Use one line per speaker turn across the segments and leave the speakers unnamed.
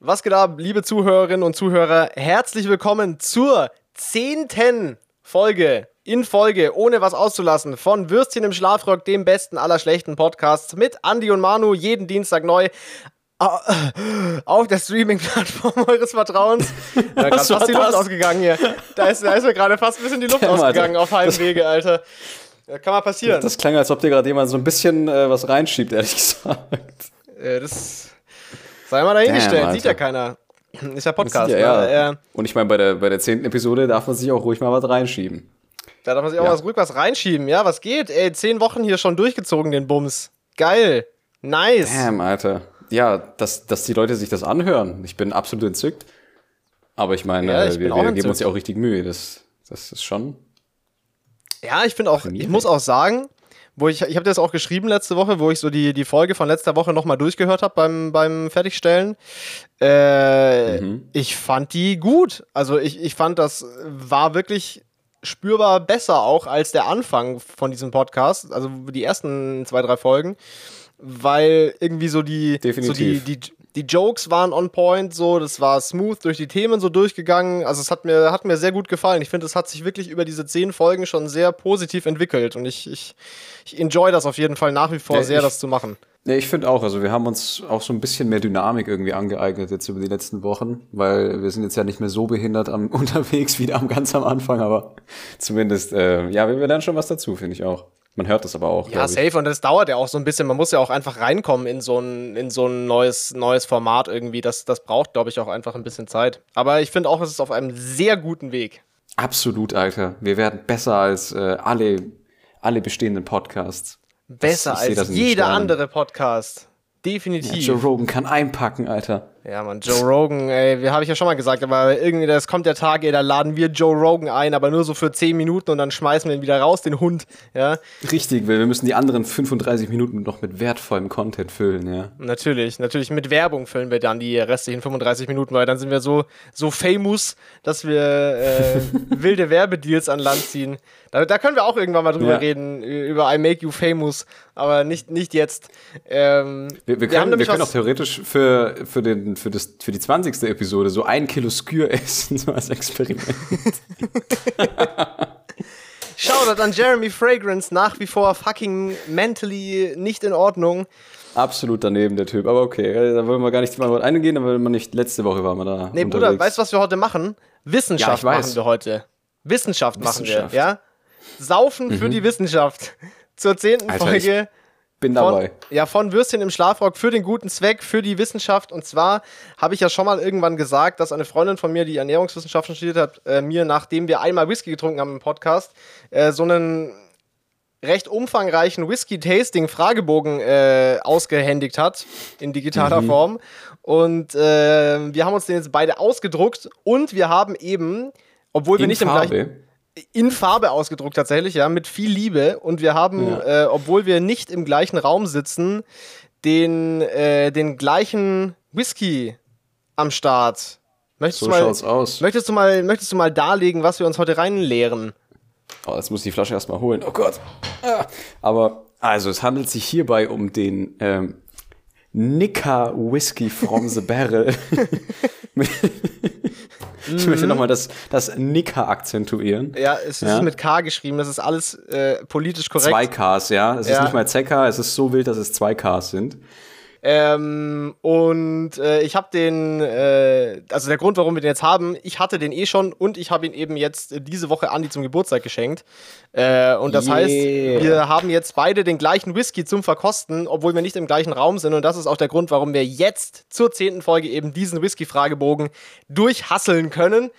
Was geht ab, liebe Zuhörerinnen und Zuhörer? Herzlich willkommen zur zehnten Folge in Folge, ohne was auszulassen, von Würstchen im Schlafrock, dem besten aller schlechten Podcasts, mit Andy und Manu, jeden Dienstag neu. au- Auf der Streaming-Plattform eures Vertrauens. Da ist
war
fast die Luft
das?
ausgegangen hier. Da ist, da ist mir gerade fast ein bisschen die Luft
Damn, Alter.
ausgegangen auf halbem Wege, Alter. Ja, kann mal passieren.
Das klang, als ob dir gerade jemand so ein bisschen äh, was reinschiebt, ehrlich gesagt.
Äh, das sei mal dahingestellt,
Damn,
sieht ja
Alter.
keiner. Ist ja Podcast.
ja,
ne?
ja.
Äh,
Und ich meine, bei der, bei der zehnten Episode darf man sich auch ruhig mal was reinschieben.
da darf man sich auch
Ja.
was ruhig was reinschieben. Ja, was geht? Ey, zehn Wochen hier schon durchgezogen, den Bums. Geil. Nice.
Damn, Alter. Ja, dass, dass die Leute sich das anhören. Ich bin absolut entzückt. Aber ich meine,
Ja, ich
äh,
bin
wir,
auch
wir
entzückt.
geben uns ja auch richtig Mühe. Das, das ist schon.
Ja, ich bin auch, ich muss auch sagen, wo ich, ich habe dir das auch geschrieben letzte Woche, wo ich so die, die Folge von letzter Woche nochmal durchgehört habe beim, beim Fertigstellen. Äh,
Mhm.
Ich fand die gut. Also ich, ich fand, das war wirklich spürbar besser auch als der Anfang von diesem Podcast, also die ersten zwei, drei Folgen, weil irgendwie so die, so die,
Definitiv.
die, die Jokes waren on point, so, das war smooth durch die Themen so durchgegangen. Also es hat mir, hat mir sehr gut gefallen. Ich finde, es hat sich wirklich über diese zehn Folgen schon sehr positiv entwickelt und ich, ich, ich enjoy das auf jeden Fall nach wie vor
Ja,
sehr,
ich-
das zu machen.
Nee, ich finde auch. Also wir haben uns auch so ein bisschen mehr Dynamik irgendwie angeeignet jetzt über die letzten Wochen, weil wir sind jetzt ja nicht mehr so behindert am unterwegs wie am ganz am Anfang, aber zumindest, äh, ja, wir wir lernen schon was dazu, finde ich auch. Man hört das aber auch.
Ja,
glaub ich.
safe und das dauert ja auch so ein bisschen. Man muss ja auch einfach reinkommen in so ein, in so ein neues, neues Format irgendwie. Das, das braucht, glaube ich, auch einfach ein bisschen Zeit. Aber ich finde auch, es ist auf einem sehr guten Weg.
Absolut, Alter. Wir werden besser als äh, alle, alle bestehenden Podcasts.
Besser
ich seh das
als
in den
jeder
Sternen.
andere Podcast.
Ja,
Definitiv.
Joe Rogan kann einpacken, Alter.
Ja, Mann, Joe Rogan, ey, wir habe ich ja schon mal gesagt, aber irgendwie, das kommt der Tag, ey, da laden wir Joe Rogan ein, aber nur so für 10 Minuten und dann schmeißen wir ihn wieder raus, den Hund, ja.
Richtig, weil wir müssen die anderen 35 Minuten noch mit wertvollem Content füllen, ja.
Natürlich, natürlich mit Werbung füllen wir dann die restlichen 35 Minuten, weil dann sind wir so, so famous, dass wir äh, wilde Werbedeals an Land ziehen. Da, da können wir auch irgendwann mal drüber
Ja.
reden, ü- über I Make You Famous, aber nicht, nicht jetzt. Ähm,
Wir, wir
haben
können, wir
nämlich
können auch
was-
theoretisch für, für, den, für, das, für die 20. Episode so ein Kilo Skür essen, so als Experiment.
Shoutout an Jeremy Fragrance, nach wie vor fucking mentally nicht in Ordnung.
Absolut daneben, der Typ. Aber okay, äh, da wollen wir gar nicht mal eingehen, aber man nicht. Letzte Woche waren wir da.
Nee, Bruder, weißt du, was wir heute machen? Wissenschaft
Ja, ich weiß.
machen wir heute. Wissenschaft machen
Wissenschaft. Mhm.
wir, ja? Saufen für die Wissenschaft. Zur zehnten
Alter, ich
Folge.
Bin
Von,
dabei.
ja, von Würstchen im Schlafrock für den guten Zweck, für die Wissenschaft. Und zwar habe ich ja schon mal irgendwann gesagt, dass eine Freundin von mir, die Ernährungswissenschaften studiert hat, äh, mir, nachdem wir einmal Whisky getrunken haben im Podcast, äh, so einen recht umfangreichen Whisky-Tasting-Fragebogen äh, ausgehändigt hat, in digitaler
Mhm.
Form. Und äh, wir haben uns den jetzt beide ausgedruckt und wir haben eben, obwohl wir
In
nicht im gleichen
Farbe.
in Farbe ausgedruckt tatsächlich, ja, mit viel Liebe. Und wir haben, äh, obwohl wir nicht im gleichen Raum sitzen, den, äh, den gleichen Whisky am Start. Möchtest,
So
du mal,
schaut's aus.
möchtest, du mal, möchtest du mal darlegen, was wir uns heute reinleeren?
Oh, jetzt muss ich die Flasche erstmal holen. Oh Gott. Ah. Aber, also, es handelt sich hierbei um den ähm, Nicker Whisky from the Barrel. ich möchte nochmal das, das Nicker akzentuieren.
Mhm. Ja, es
Ja.
ist mit K geschrieben, das ist alles äh, politisch
Zwei
korrekt.
Ks, ja. Es
Ja.
ist nicht mal Zecker, es ist so wild, dass es zwei Ks sind.
Ähm, und äh, ich habe den, äh, also der Grund, warum wir den jetzt haben, ich hatte den eh schon und ich habe ihn eben jetzt äh, diese Woche Andi zum Geburtstag geschenkt. Äh, und das
Yeah.
heißt, wir haben jetzt beide den gleichen Whisky zum Verkosten, obwohl wir nicht im gleichen Raum sind. Und das ist auch der Grund, warum wir jetzt zur zehnten Folge eben diesen Whisky-Fragebogen durchhasseln können.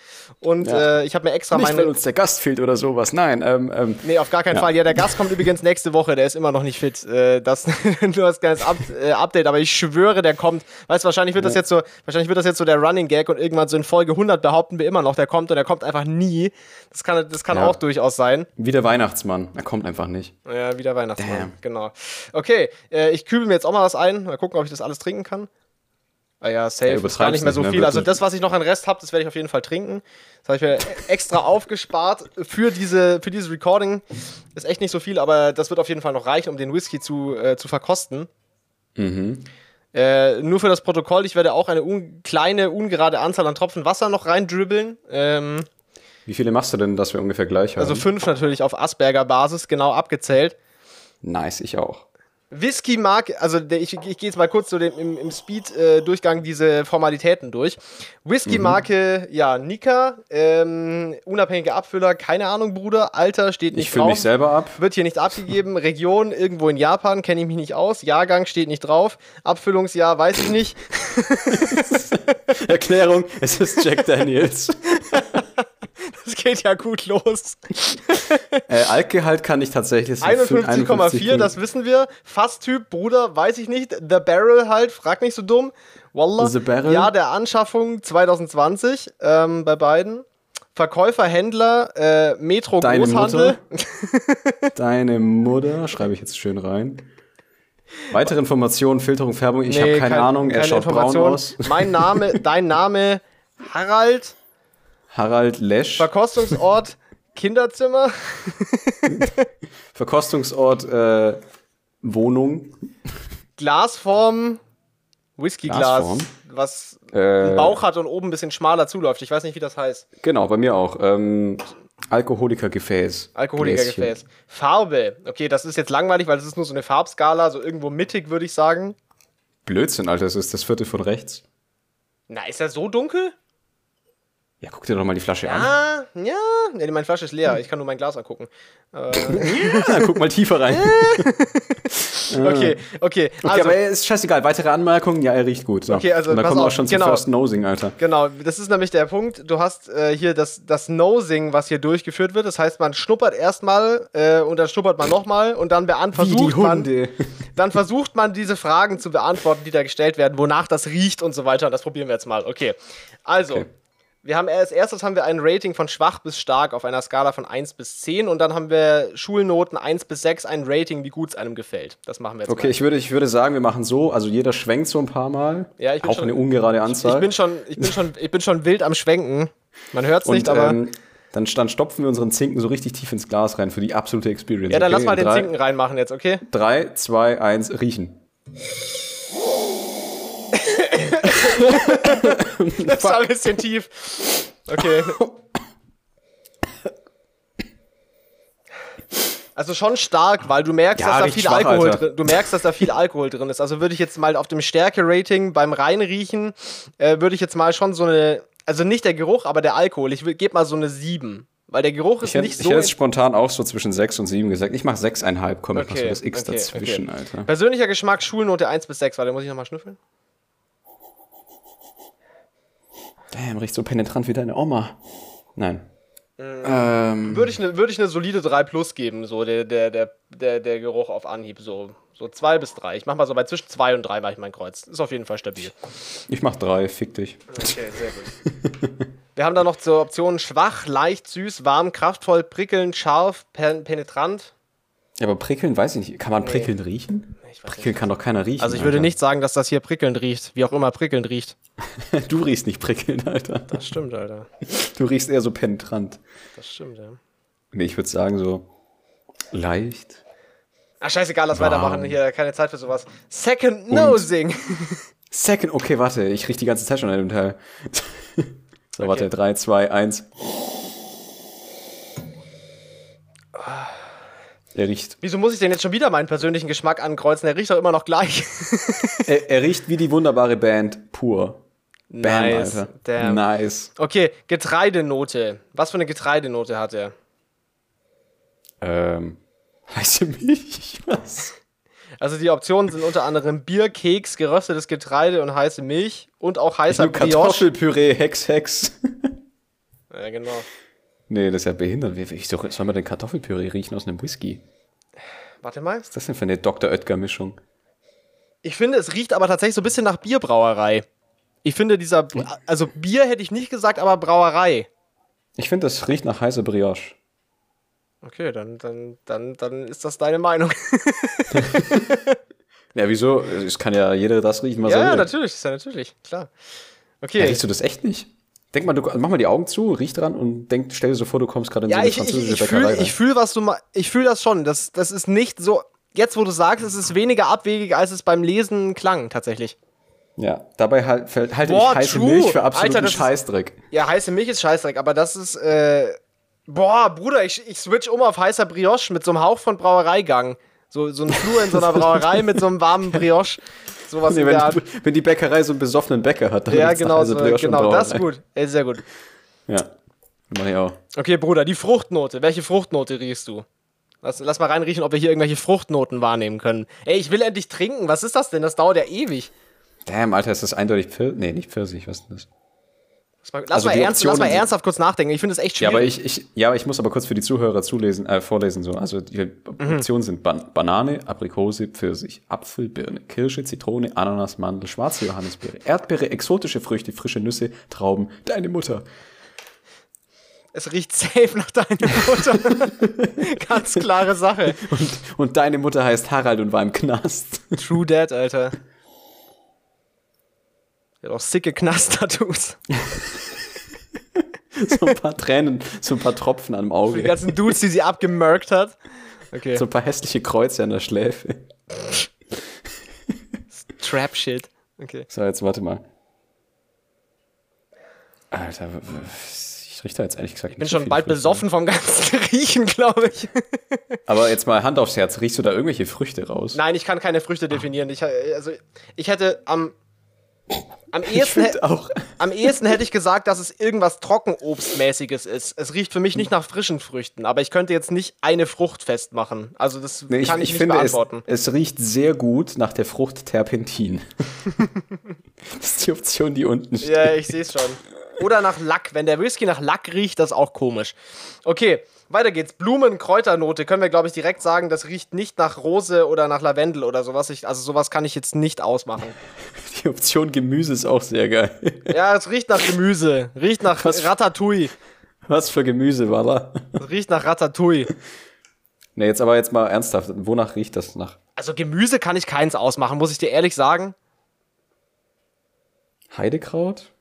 Und
Ja.
äh, ich habe mir extra
Nicht, weil
meine.
uns der Gast fehlt oder sowas. Nein, ähm, ähm,
Nee, auf gar keinen
Ja.
Fall. Ja, der Gast kommt übrigens nächste Woche, der ist immer noch nicht fit. Äh, das nur als kleines Up äh, Update, aber ich schwöre, der kommt. Weißt du, wahrscheinlich wird das jetzt so, wahrscheinlich wird das jetzt so der Running Gag und irgendwann so in Folge 100 behaupten wir immer noch, der kommt und der kommt einfach nie. Das kann, das kann
Ja.
auch durchaus sein.
wie der Weihnachtsmann. Er kommt einfach nicht.
Ja, wieder Weihnachtsmann.
Damn.
Genau. Okay, äh, ich kübel mir jetzt auch mal was ein. Mal gucken, ob ich das alles trinken kann. Ah ja, safe.
Ja,
ist gar nicht mehr
übertreib's
so
nicht, ne?
viel. Also
Bitte.
das, was ich noch an Rest habe, das werde ich auf jeden Fall trinken. Das habe ich mir e-, extra aufgespart für, diese, für dieses Recording. Ist
Mhm.
echt nicht so viel, aber das wird auf jeden Fall noch reichen, um den Whisky zu, äh, zu verkosten. Äh, nur für das Protokoll, ich werde auch eine un kleine, ungerade Anzahl an Tropfen Wasser noch reindribbeln. Ähm,
Wie viele machst du denn, dass wir ungefähr gleich haben?
also fünf natürlich auf Asperger-Basis, genau abgezählt.
nice, ich auch.
Whisky mag, also der, ich, ich gehe jetzt mal kurz so dem, im, im Speed-Durchgang diese Formalitäten durch.
Mhm.
Whisky-Marke, ja, Nika, ähm, unabhängiger Abfüller, keine Ahnung, Bruder, Alter steht nicht
Ich fülle
drauf.
mich selber ab.
Wird hier nicht abgegeben. Region irgendwo in Japan, kenne ich mich nicht aus. Jahrgang steht nicht drauf. Abfüllungsjahr weiß ich nicht.
Erklärung, es ist Jack Daniels.
Das geht ja gut los.
äh, Alkgehalt kann ich tatsächlich. so
51,4, das wissen wir. Fast-Typ, Bruder, weiß ich nicht. The Barrel halt, frag nicht so dumm. Wallah.
The Barrel?
Ja, der Anschaffung 2020 ähm, bei beiden. Verkäufer, Händler, äh, Metro,
Deine
Großhandel.
Deine Mutter, schreibe ich jetzt schön rein. Weitere Informationen, Filterung, Färbung, ich habe
Nee,
keine
kein-
Ahnung, er
keine
schaut braun
Information.
aus.
Mein Name, dein Name, Harald,
Harald Lesch,
Verkostungsort, Kinderzimmer.
Verkostungsort äh, Wohnung.
Glasform, Whiskyglas,
Glasform?
was
Äh,
einen Bauch hat und oben ein bisschen schmaler zuläuft. Ich weiß nicht, wie das heißt.
Genau, bei mir auch. Ähm, Alkoholikergefäß. Gläschen.
Alkoholikergefäß. Farbe. Okay, das ist jetzt langweilig, weil das ist nur so eine Farbskala, so irgendwo mittig, würde ich sagen.
Blödsinn, Alter, das ist das vierte von rechts.
Na, ist er so dunkel?
Ja, guck dir doch mal die Flasche an.
Ah, ja. Nee, meine Flasche ist leer. Ich kann nur mein Glas angucken.
Ja, guck mal tiefer rein.
Okay, okay.
Ah. Okay,
Also,
aber ey, ist scheißegal. Weitere Anmerkungen? Ja, er riecht gut. So.
Okay, also,
Und dann
pass
kommen wir auch
auf,
schon zum
genau.
First Nosing, Alter.
genau, das ist nämlich der Punkt. Du hast äh, hier das, das No-Sing, was hier durchgeführt wird. Das heißt, man schnuppert erstmal äh, und dann schnuppert man nochmal und dann beant- versucht man. Dann versucht man diese Fragen zu beantworten, die da gestellt werden, wonach das riecht und so weiter. Und das probieren wir jetzt mal. Okay. Also,
Okay.
wir haben als erstes haben wir ein Rating von schwach bis stark auf einer Skala von 1 bis 10 und dann haben wir Schulnoten 1 bis 6, ein Rating, wie gut es einem gefällt. Das machen wir jetzt
Okay, ich würde, ich würde sagen, wir machen so. Also jeder schwenkt so ein paar Mal.
Ja, ich bin
auch
schon-
eine ungerade
mal.
Anzahl.
Ich bin schon, ich bin schon, ich bin schon wild am Schwenken. Man hört es
Und
nicht, aber.
ähm, dann, dann stopfen wir unseren Zinken so richtig tief ins Glas rein für die absolute Experience.
ja, dann
okay?
lass mal den
drei,
Zinken reinmachen jetzt, okay?
3, 2, 1, riechen.
Das war ein bisschen tief. Okay. Also schon stark, weil du merkst,
Ja,
dass da
riecht
viel
schwach,
Alkohol
Alter.
drin. Du merkst, dass da viel Alkohol drin ist. Also würde ich jetzt mal auf dem Stärke-Rating beim Reinriechen äh, würde ich jetzt mal schon so eine, also nicht der Geruch, aber der Alkohol. Ich gebe mal so eine 7. Weil der Geruch ist
Ich hätte,
nicht
ich
so.
hätte jetzt spontan auch so zwischen 6 und 7 gesagt. Ich mache 6,5. Komm, ich mach so
Okay,
das X
okay,
dazwischen,
okay.
Alter.
Persönlicher Geschmack, Schulnote 1 bis 6. Warte, muss ich nochmal schnüffeln?
Damn, riecht so penetrant wie deine Oma. Nein.
Mm.
Ähm,
Würde ich eine würde ich ne solide 3 plus geben, so der, der, der, der, der Geruch auf Anhieb, so. So 2 bis 3. Ich mach mal so bei zwischen 2 und 3 mache ich mein Kreuz. Ist auf jeden Fall stabil.
ich mach 3, fick dich.
Okay, sehr gut. Wir haben da noch zur Option schwach, leicht, süß, warm, kraftvoll, prickelnd, scharf, pen penetrant.
Ja, aber prickeln weiß ich nicht. Kann man prickeln riechen?
Ich weiß
Prickeln kann doch keiner riechen.
Also ich würde
Alter.
nicht sagen, dass das hier prickelnd riecht, wie auch immer prickelnd riecht.
Du riechst nicht prickeln, Alter.
Das stimmt, Alter.
Du riechst eher so penetrant.
Das stimmt, ja.
Nee, ich würde sagen so leicht.
Ach, scheißegal, lass weitermachen. Hier, keine Zeit für sowas. Second Nosing.
Second, okay, warte, ich riech die ganze Zeit schon an dem Teil. so,
Okay.
warte, 3, 2, 1. Er riecht,
Wieso muss ich denn jetzt schon wieder meinen persönlichen Geschmack ankreuzen? Der riecht doch immer noch gleich.
er, er riecht wie die wunderbare Band pur. Bam,
Nice,
Alter.
damn.
Nice.
Okay, Getreidenote. Was für eine Getreidenote hat er?
Ähm, heiße Milch? Was?
Also die Optionen sind unter anderem Bier, Keks, geröstetes Getreide und heiße Milch und auch heißer
Nur
Brioche.
Kartoffelpüree, Hex, Hex.
Ja, genau.
Nee, das ist ja behindert. Wie, wie soll soll man denn Kartoffelpüree riechen aus einem Whisky?
Warte mal.
Was ist das denn für eine Dr. Oetker-Mischung?
Ich finde, es riecht aber tatsächlich so ein bisschen nach Bierbrauerei. Ich finde dieser, also Bier hätte ich nicht gesagt, aber Brauerei.
Ich finde, das riecht nach heißer Brioche.
Okay, dann, dann, dann, dann ist das deine Meinung.
Ja, wieso? Es kann ja jeder das riechen, was
ja,
er
ja,
will.
natürlich, ist ja natürlich, klar.
Ja,
Okay.
riechst du das echt nicht? Denk mal, du, mach mal die Augen zu, riech dran und denk, stell dir so vor, du kommst gerade in
Ja,
so eine
ich, ich,
französische
ich
Bäckerei
fühle,
rein.
ich fühl, was du mal, ich fühle das schon. Das, das ist nicht so. Jetzt, wo du sagst, es ist weniger abwegig, als es beim Lesen klang, tatsächlich.
Ja, dabei halt, fällt, halte
Boah,
ich heiße
true.
Milch für absoluten
Alter, das ist-
Scheißdreck.
Ja, heiße Milch ist Scheißdreck, aber das ist. Äh, boah, Bruder, ich, ich switch um auf heißer Brioche mit so einem Hauch von Brauereigang. So, so ein Flur in so einer Brauerei mit so einem warmen Brioche. Sowas
Nee,
in
wenn,
der Art.
wenn die Bäckerei so einen besoffenen Bäcker hat, dann
Ja,
ist
genau, so,
also Brioche und
genau. Das ist
Brauerei.
gut. Ey, sehr gut.
Ja, mach ich auch.
Okay, Bruder, die Fruchtnote. Welche Fruchtnote riechst du? Lass, lass mal reinriechen, ob wir hier irgendwelche Fruchtnoten wahrnehmen können. Ey, ich will endlich trinken. Was ist das denn? Das dauert ja ewig.
Damn, Alter, ist das eindeutig Pfirsich? Nee, nicht Pfirsich, was ist denn das?
Lass mal, lass
Also
mal,
die
ernst, lass mal
Optionen sind-
ernsthaft kurz nachdenken. Ich finde das echt
Ja,
schwierig.
aber ich, ich, ja, aber ich muss aber kurz für die Zuhörer zulesen, äh, vorlesen so. Also die
Mhm.
Optionen sind Ban Banane, Aprikose, Pfirsich, Apfel, Birne, Kirsche, Zitrone, Ananas, Mandel, schwarze Johannisbeere, Erdbeere, exotische Früchte, frische Nüsse, Trauben, deine Mutter.
es riecht safe nach deiner Mutter. Ganz klare Sache.
Und, und deine Mutter heißt Harald und war im Knast.
True Dad, Alter. Der hat auch sicke Knast-Tattoos.
so ein paar Tränen, so ein paar Tropfen am
Die
Auge.
ganzen Dudes, die sie abgemerkt hat. Okay.
So ein paar hässliche Kreuze an der Schläfe.
Trap-Shit. Okay.
So, jetzt warte mal. Alter, w- w- ich richte jetzt ehrlich gesagt
Ich bin schon bald besoffen vom ganzen Riechen, glaube ich.
Aber jetzt mal Hand aufs Herz, riechst du da irgendwelche Früchte raus?
Nein, ich kann keine Früchte definieren. Ich, äh, also, ich hätte am. Am
ich
ehesten, hä-
finde auch.
am ehesten hätte ich gesagt, dass es irgendwas Trockenobstmäßiges ist. Es riecht für mich nicht nach frischen Früchten, aber ich könnte jetzt nicht eine Frucht festmachen. Also das
Nee, ich,
kann ich, nicht
ich finde, es,
beantworten.
es riecht sehr gut nach der Frucht Terpentin. das ist die Option, die unten steht.
Ja, ich sehe es schon. Oder nach Lack. Wenn der Whisky nach Lack riecht, das ist auch komisch. Okay, weiter geht's. Blumen, Kräuternote können wir, glaube ich, direkt sagen, das riecht nicht nach Rose oder nach Lavendel oder sowas. Ich, also sowas kann ich jetzt nicht ausmachen.
Die Option Gemüse ist auch sehr geil.
Ja, es riecht nach Gemüse. Riecht nach
Was-
Ratatouille.
Was für Gemüse war da?
Es riecht nach Ratatouille.
Ne, jetzt aber jetzt mal ernsthaft. Wonach riecht das nach?
Also Gemüse kann ich keins ausmachen, muss ich dir ehrlich sagen.
Heidekraut?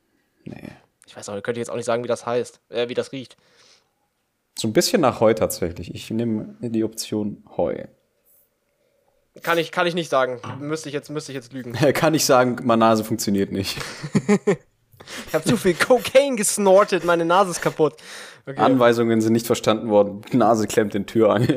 Nee.
Ich weiß auch, könnte jetzt auch nicht sagen, wie das heißt, äh, wie das riecht.
So ein bisschen nach Heu tatsächlich. Ich nehme die Option Heu.
Kann ich, kann ich nicht sagen. Müsste ich jetzt, müsste ich jetzt lügen.
Kann ich sagen, Manase funktioniert nicht.
Ich habe zu viel Cocaine gesnortet, meine Nase ist kaputt. Okay.
Anweisungen sind nicht verstanden worden. Nase klemmt den Tür an.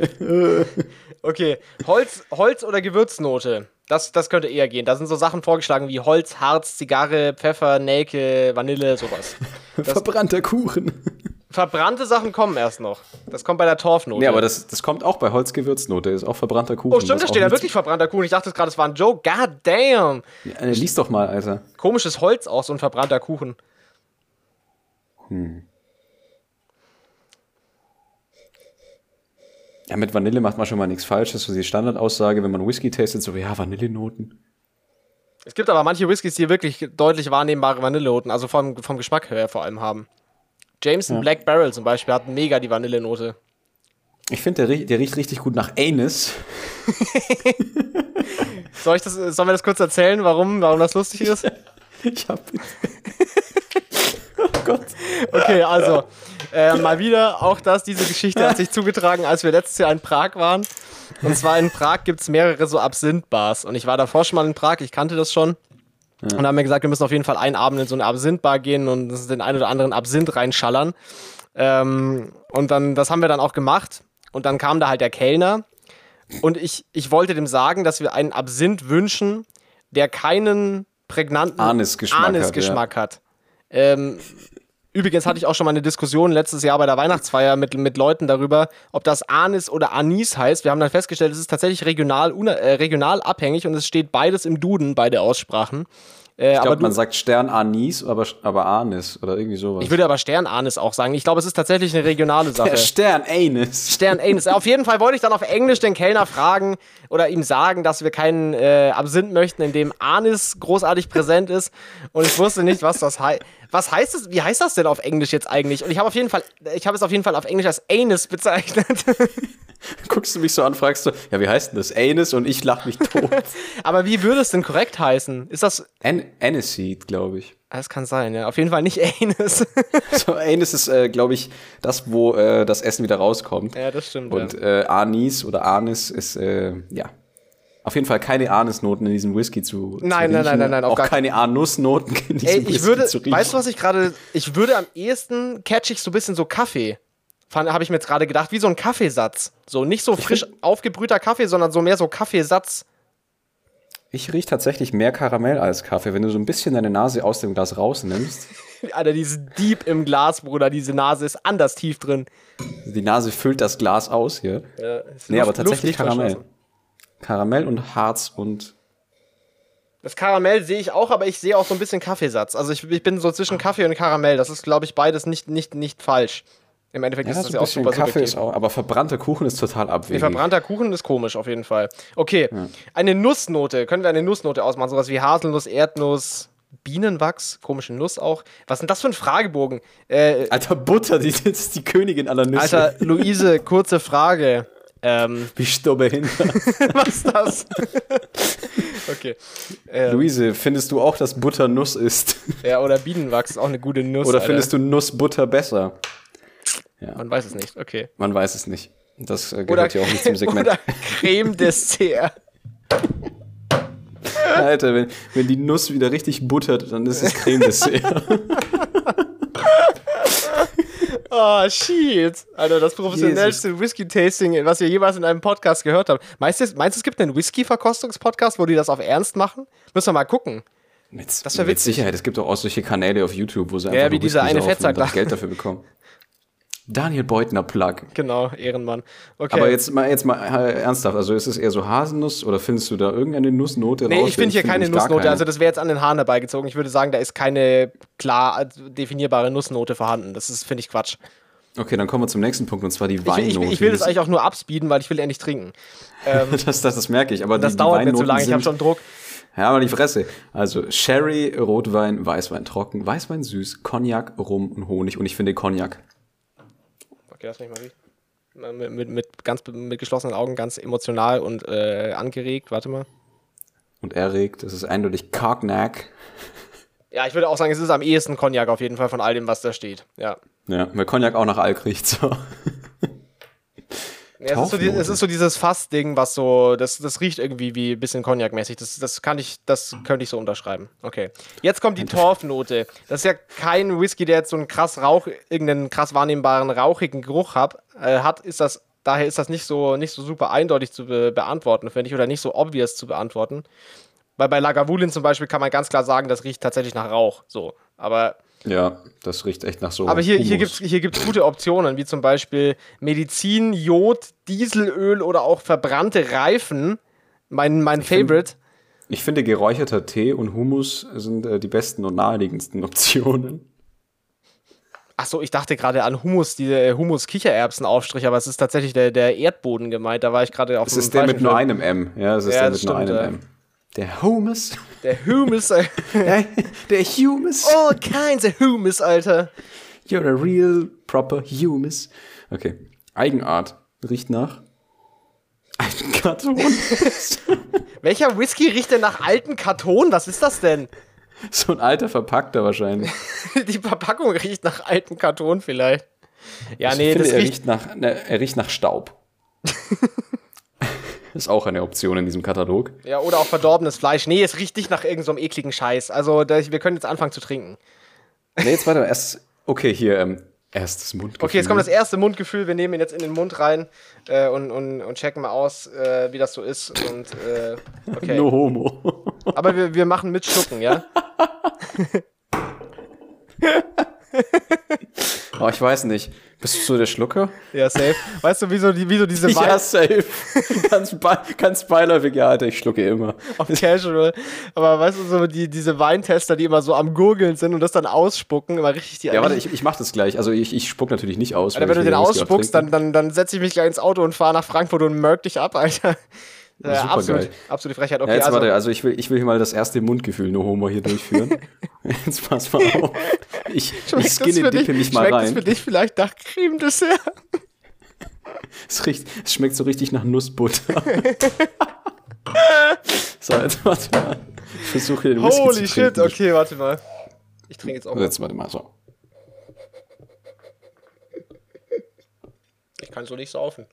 Okay, Holz, Holz oder Gewürznote? Das, das könnte eher gehen. Da sind so Sachen vorgeschlagen wie Holz, Harz, Zigarre, Pfeffer, Nelke, Vanille, sowas.
Verbrannter Kuchen.
Verbrannte Sachen kommen erst noch. Das kommt bei der Torfnote.
Ja, aber das, das kommt auch bei Holzgewürznote. Ist auch verbrannter Kuchen.
oh, stimmt, da
was
steht
auch
ja
mit-
wirklich verbrannter Kuchen. Ich dachte gerade, es war ein Joke. God damn.
Ja, äh, lies doch mal, Alter.
Komisches Holz auch, so ein verbrannter Kuchen.
Ja, mit Vanille macht man schon mal nichts Falsches. So die Standardaussage, wenn man Whisky tastet, so, ja, Vanillenoten.
Es gibt aber manche Whiskys, die wirklich deutlich wahrnehmbare Vanillenoten, also vom, vom Geschmack her vor allem haben. Jameson Black Barrel zum Beispiel hat mega die Vanillenote.
Ich finde, der, riecht- der riecht richtig gut nach Anus.
Soll ich das, sollen wir das kurz erzählen, warum, warum das lustig ist?
Ich hab. oh Gott.
Okay, also äh, mal wieder, auch das, diese Geschichte hat sich zugetragen, als wir letztes Jahr in Prag waren. Und zwar in Prag gibt es mehrere so Absinth-Bars. Und ich war davor schon mal in Prag, ich kannte das schon. Und haben mir gesagt, wir müssen auf jeden Fall einen Abend in so eine Absinth-Bar gehen und den einen oder anderen Absinth reinschallern. Ähm, und dann, das haben wir dann auch gemacht. Und dann kam da halt der Kellner. Und ich, ich wollte dem sagen, dass wir einen Absinth wünschen, der keinen prägnanten
Anisgeschmack hat, ja.
Anisgeschmack hat. Ähm, übrigens hatte ich auch schon mal eine Diskussion letztes Jahr bei der Weihnachtsfeier mit, mit Leuten darüber, ob das Anis oder Anis heißt. Wir haben dann festgestellt, es ist tatsächlich regional, una- äh, regional abhängig und es steht beides im Duden, beide Aussprachen. Äh,
Ich
aber
glaube,
du,
man sagt Stern Anis, aber, aber Anis oder irgendwie sowas.
ich würde aber Stern-Anis auch sagen. Ich glaube, es ist tatsächlich eine regionale Sache.
Der Stern Anus.
Stern Anus. Auf jeden Fall wollte ich dann auf Englisch den Kellner fragen oder ihm sagen, dass wir keinen äh, Absinth möchten, in dem Anis großartig präsent ist. Und ich wusste nicht, was das heißt. Was heißt es? Wie heißt das denn auf Englisch jetzt eigentlich? Und ich habe auf jeden Fall, ich habe es auf jeden Fall auf Englisch als Anus bezeichnet.
Guckst du mich so an, fragst du, ja, wie heißt denn das? Anus und ich lach mich tot.
Aber wie würde es denn korrekt heißen? Ist das?
An Aniseed, glaube ich.
Das kann sein. Ja. Auf jeden Fall nicht Anus.
So, Anus ist, äh, glaube ich, das, wo äh, das Essen wieder rauskommt.
ja, das stimmt.
Und äh, Anis oder Anis ist, äh, ja. auf jeden Fall keine Anisnoten in diesem Whisky zu
Nein,
zu
nein, nein,
riechen,
nein, nein, auf
auch
gar
keine Anusnoten in diesem
Ey, ich
Whisky
würde,
zu riechen.
weißt du, was ich gerade, ich würde am ehesten catch ich so ein bisschen so Kaffee. Habe ich mir jetzt gerade gedacht, wie so ein Kaffeesatz. So nicht so frisch aufgebrühter Kaffee, sondern so mehr so Kaffeesatz.
Ich rieche tatsächlich mehr Karamell als Kaffee, wenn du so ein bisschen deine Nase aus dem Glas rausnimmst.
Alter, diese Deep im Glas, Bruder, diese Nase ist anders tief drin.
Die Nase füllt das Glas aus hier.
Ja,
nee, aber tatsächlich Karamell. Karamell und Harz und
Das Karamell sehe ich auch, aber ich sehe auch so ein bisschen Kaffeesatz. Also ich, ich bin so zwischen Kaffee und Karamell. Das ist, glaube ich, beides nicht, nicht, nicht falsch. Im Endeffekt
ja,
ist das
das ist
ja
ein
auch
bisschen
super
Kaffee
subjektiv.
ist auch, aber verbrannter Kuchen ist total abwegig.
Nee, verbrannter Kuchen ist komisch auf jeden Fall. Okay, eine Nussnote. Können wir eine Nussnote ausmachen? Sowas wie Haselnuss, Erdnuss, Bienenwachs, komische Nuss auch. Was sind das für ein Fragebogen? Äh,
Alter Butter, die das ist die Königin aller Nüsse.
Alter, Luise, kurze Frage. Ähm,
bist du behindert?
was ist das? okay. Ähm,
Luise, findest du auch, dass Butter Nuss ist?
ja, oder Bienenwachs ist auch eine gute Nuss.
Oder findest du Nussbutter besser?
Man weiß es nicht, okay.
Man weiß es nicht. Das äh,
Oder,
gehört ja auch nicht zum Segment.
oder Creme-Dessert.
Alter, wenn, wenn die Nuss wieder richtig buttert, dann ist es Creme Dessert.
Oh, shit. Alter, das professionellste Whisky-Tasting, was ihr jemals in einem Podcast gehört habt. Meinst du, meinst du es gibt einen Whisky-Verkostungspodcast, wo die das auf ernst machen? Müssen wir mal gucken.
mit,
Das wär
mit
witzig.
Sicherheit. Es gibt auch, auch solche Kanäle auf YouTube, wo sie
Ja,
einfach
wie
nur
dieser
Whisky
eine
saufen
Fettsack
und dann
da.
Geld dafür bekommen. Daniel Beutner Plug.
Genau, Ehrenmann. Okay.
Aber jetzt mal, jetzt mal äh, ernsthaft, also ist es eher so Haselnuss oder findest du da irgendeine Nussnote
nee,
raus?
ich finde hier keine
nämlich gar
Nussnote. Also, das wäre jetzt an den Haaren herbeigezogen. Ich würde sagen, da ist keine klar also, definierbare Nussnote vorhanden. Das ist, finde ich, Quatsch.
okay, dann kommen wir zum nächsten Punkt und zwar die
Ich,
Weinnote.
ich, ich will das eigentlich auch nur abspeeden, weil ich will endlich trinken.
das, das, das merke ich, aber
Das
die,
dauert
die
mir zu
Weinnoten
lange. Ich habe
sind-
schon Druck.
Ja, aber die Fresse. Also Sherry, Rotwein, Weißwein trocken, Weißwein süß, Cognac, Rum und Honig. Und ich finde Cognac.
Okay, lass mich mal riechen. Mit, mit, mit, ganz, mit geschlossenen Augen, ganz emotional und äh, angeregt. Warte mal.
Und erregt, das ist eindeutig Cognac.
Ja, ich würde auch sagen, es ist am ehesten Cognac auf jeden Fall von all dem, was da steht. Ja.
Ja, weil Cognac auch nach Alk riecht. So.
Ja, Es ist, so die,
Taufnote.
es ist so dieses Fass-Ding, was so, das, das riecht irgendwie wie ein bisschen Cognac-mäßig. Das, das kann ich, das könnte ich so unterschreiben. Okay. Jetzt kommt die Torfnote. Das ist ja kein Whisky, der jetzt so einen krass Rauch, irgendeinen krass wahrnehmbaren rauchigen Geruch hat, äh, hat ist das, daher ist das nicht so, nicht so super eindeutig zu be beantworten, finde ich, oder nicht so obvious zu beantworten. Weil bei Lagavulin zum Beispiel kann man ganz klar sagen, das riecht tatsächlich nach Rauch. So. Aber
Ja, das riecht echt nach so.
Aber hier, hier
Humus.
gibt es hier gibt's gute Optionen, wie zum Beispiel Medizin, Jod, Dieselöl oder auch verbrannte Reifen. Mein, mein Favorite.
Ich finde, geräucherter Tee und Humus sind äh, die besten und naheliegendsten Optionen.
Achso, ich dachte gerade an Humus, diese äh, Humus-Kichererbsen-Aufstrich, aber es ist tatsächlich der, der Erdboden gemeint. Da war ich gerade auf
Es
dem
ist der
falschen
mit
Film.
nur einem M. Ja, es ist
Ja,
der mit
das
nur
stimmt,
einem
ja.
M. Der Humus.
Der Humus. äh,
der der Humus.
All kinds of Humus, Alter.
You're a real proper Humus. Okay. Eigenart. Riecht nach. Alten Karton.
Welcher Whisky riecht denn nach alten Karton? Was ist das denn?
so ein alter verpackter wahrscheinlich.
Ah, Die Verpackung riecht nach alten Karton vielleicht. Ja, nee,
Also ich finde,
das
er
riecht
riecht nach, ne, er riecht nach Staub. ist auch eine Option in diesem Katalog.
Ja, oder auch verdorbenes Fleisch. Nee, es riecht nicht nach irgendeinem so einem ekligen Scheiß. Also, da, wir können jetzt anfangen zu trinken.
Ne, jetzt warte mal. Erst, okay, hier, ähm, erstes Mundgefühl.
Okay, jetzt kommt das E- erste Mundgefühl. Wir nehmen ihn jetzt in den Mund rein äh, und, und, und checken mal aus, äh, wie das so ist. Und, äh, okay.
No homo.
Aber wir, wir machen mit Schucken, ja?
Oh, ich weiß nicht. Bist du so der Schlucker?
ja, safe. Weißt du, wie so, die, wie so diese
Ja,
Vibes
safe. ganz, ba- ganz beiläufig, ja, Alter, ich schlucke immer.
auf Casual. Aber weißt du, so die, diese Weintester, die immer so am Gurgeln sind und das dann ausspucken, immer richtig die
Ja, warte, ich, ich mach das gleich. Also ich, ich spuck natürlich nicht aus.
Alter,
weil
wenn du
ich
den
will Whisky auch
ausspuckst,
trinken.
dann, dann, dann setze ich mich gleich ins Auto und fahre nach Frankfurt und mörk dich ab, Alter. Äh,
Supergeil.
absolut, absolute Frechheit. Okay,
Ja, jetzt
also,
warte, also ich will, ich will hier mal das erste Mundgefühl No Homo hier durchführen. jetzt pass mal auf. Ich, ich
Schmeckt es
skinne
für dich,
dippe mich mal
schmeckt es für
rein.
dich vielleicht nach Creme-Dessert?
Es, riecht, es schmeckt so richtig nach Nussbutter. so, jetzt warte mal. Ich versuche hier den Whisky zu
Holy shit,
trinken.
okay, warte mal. Ich trinke jetzt auch
Also
mal.
jetzt warte mal, so.
Ich kann so nicht saufen.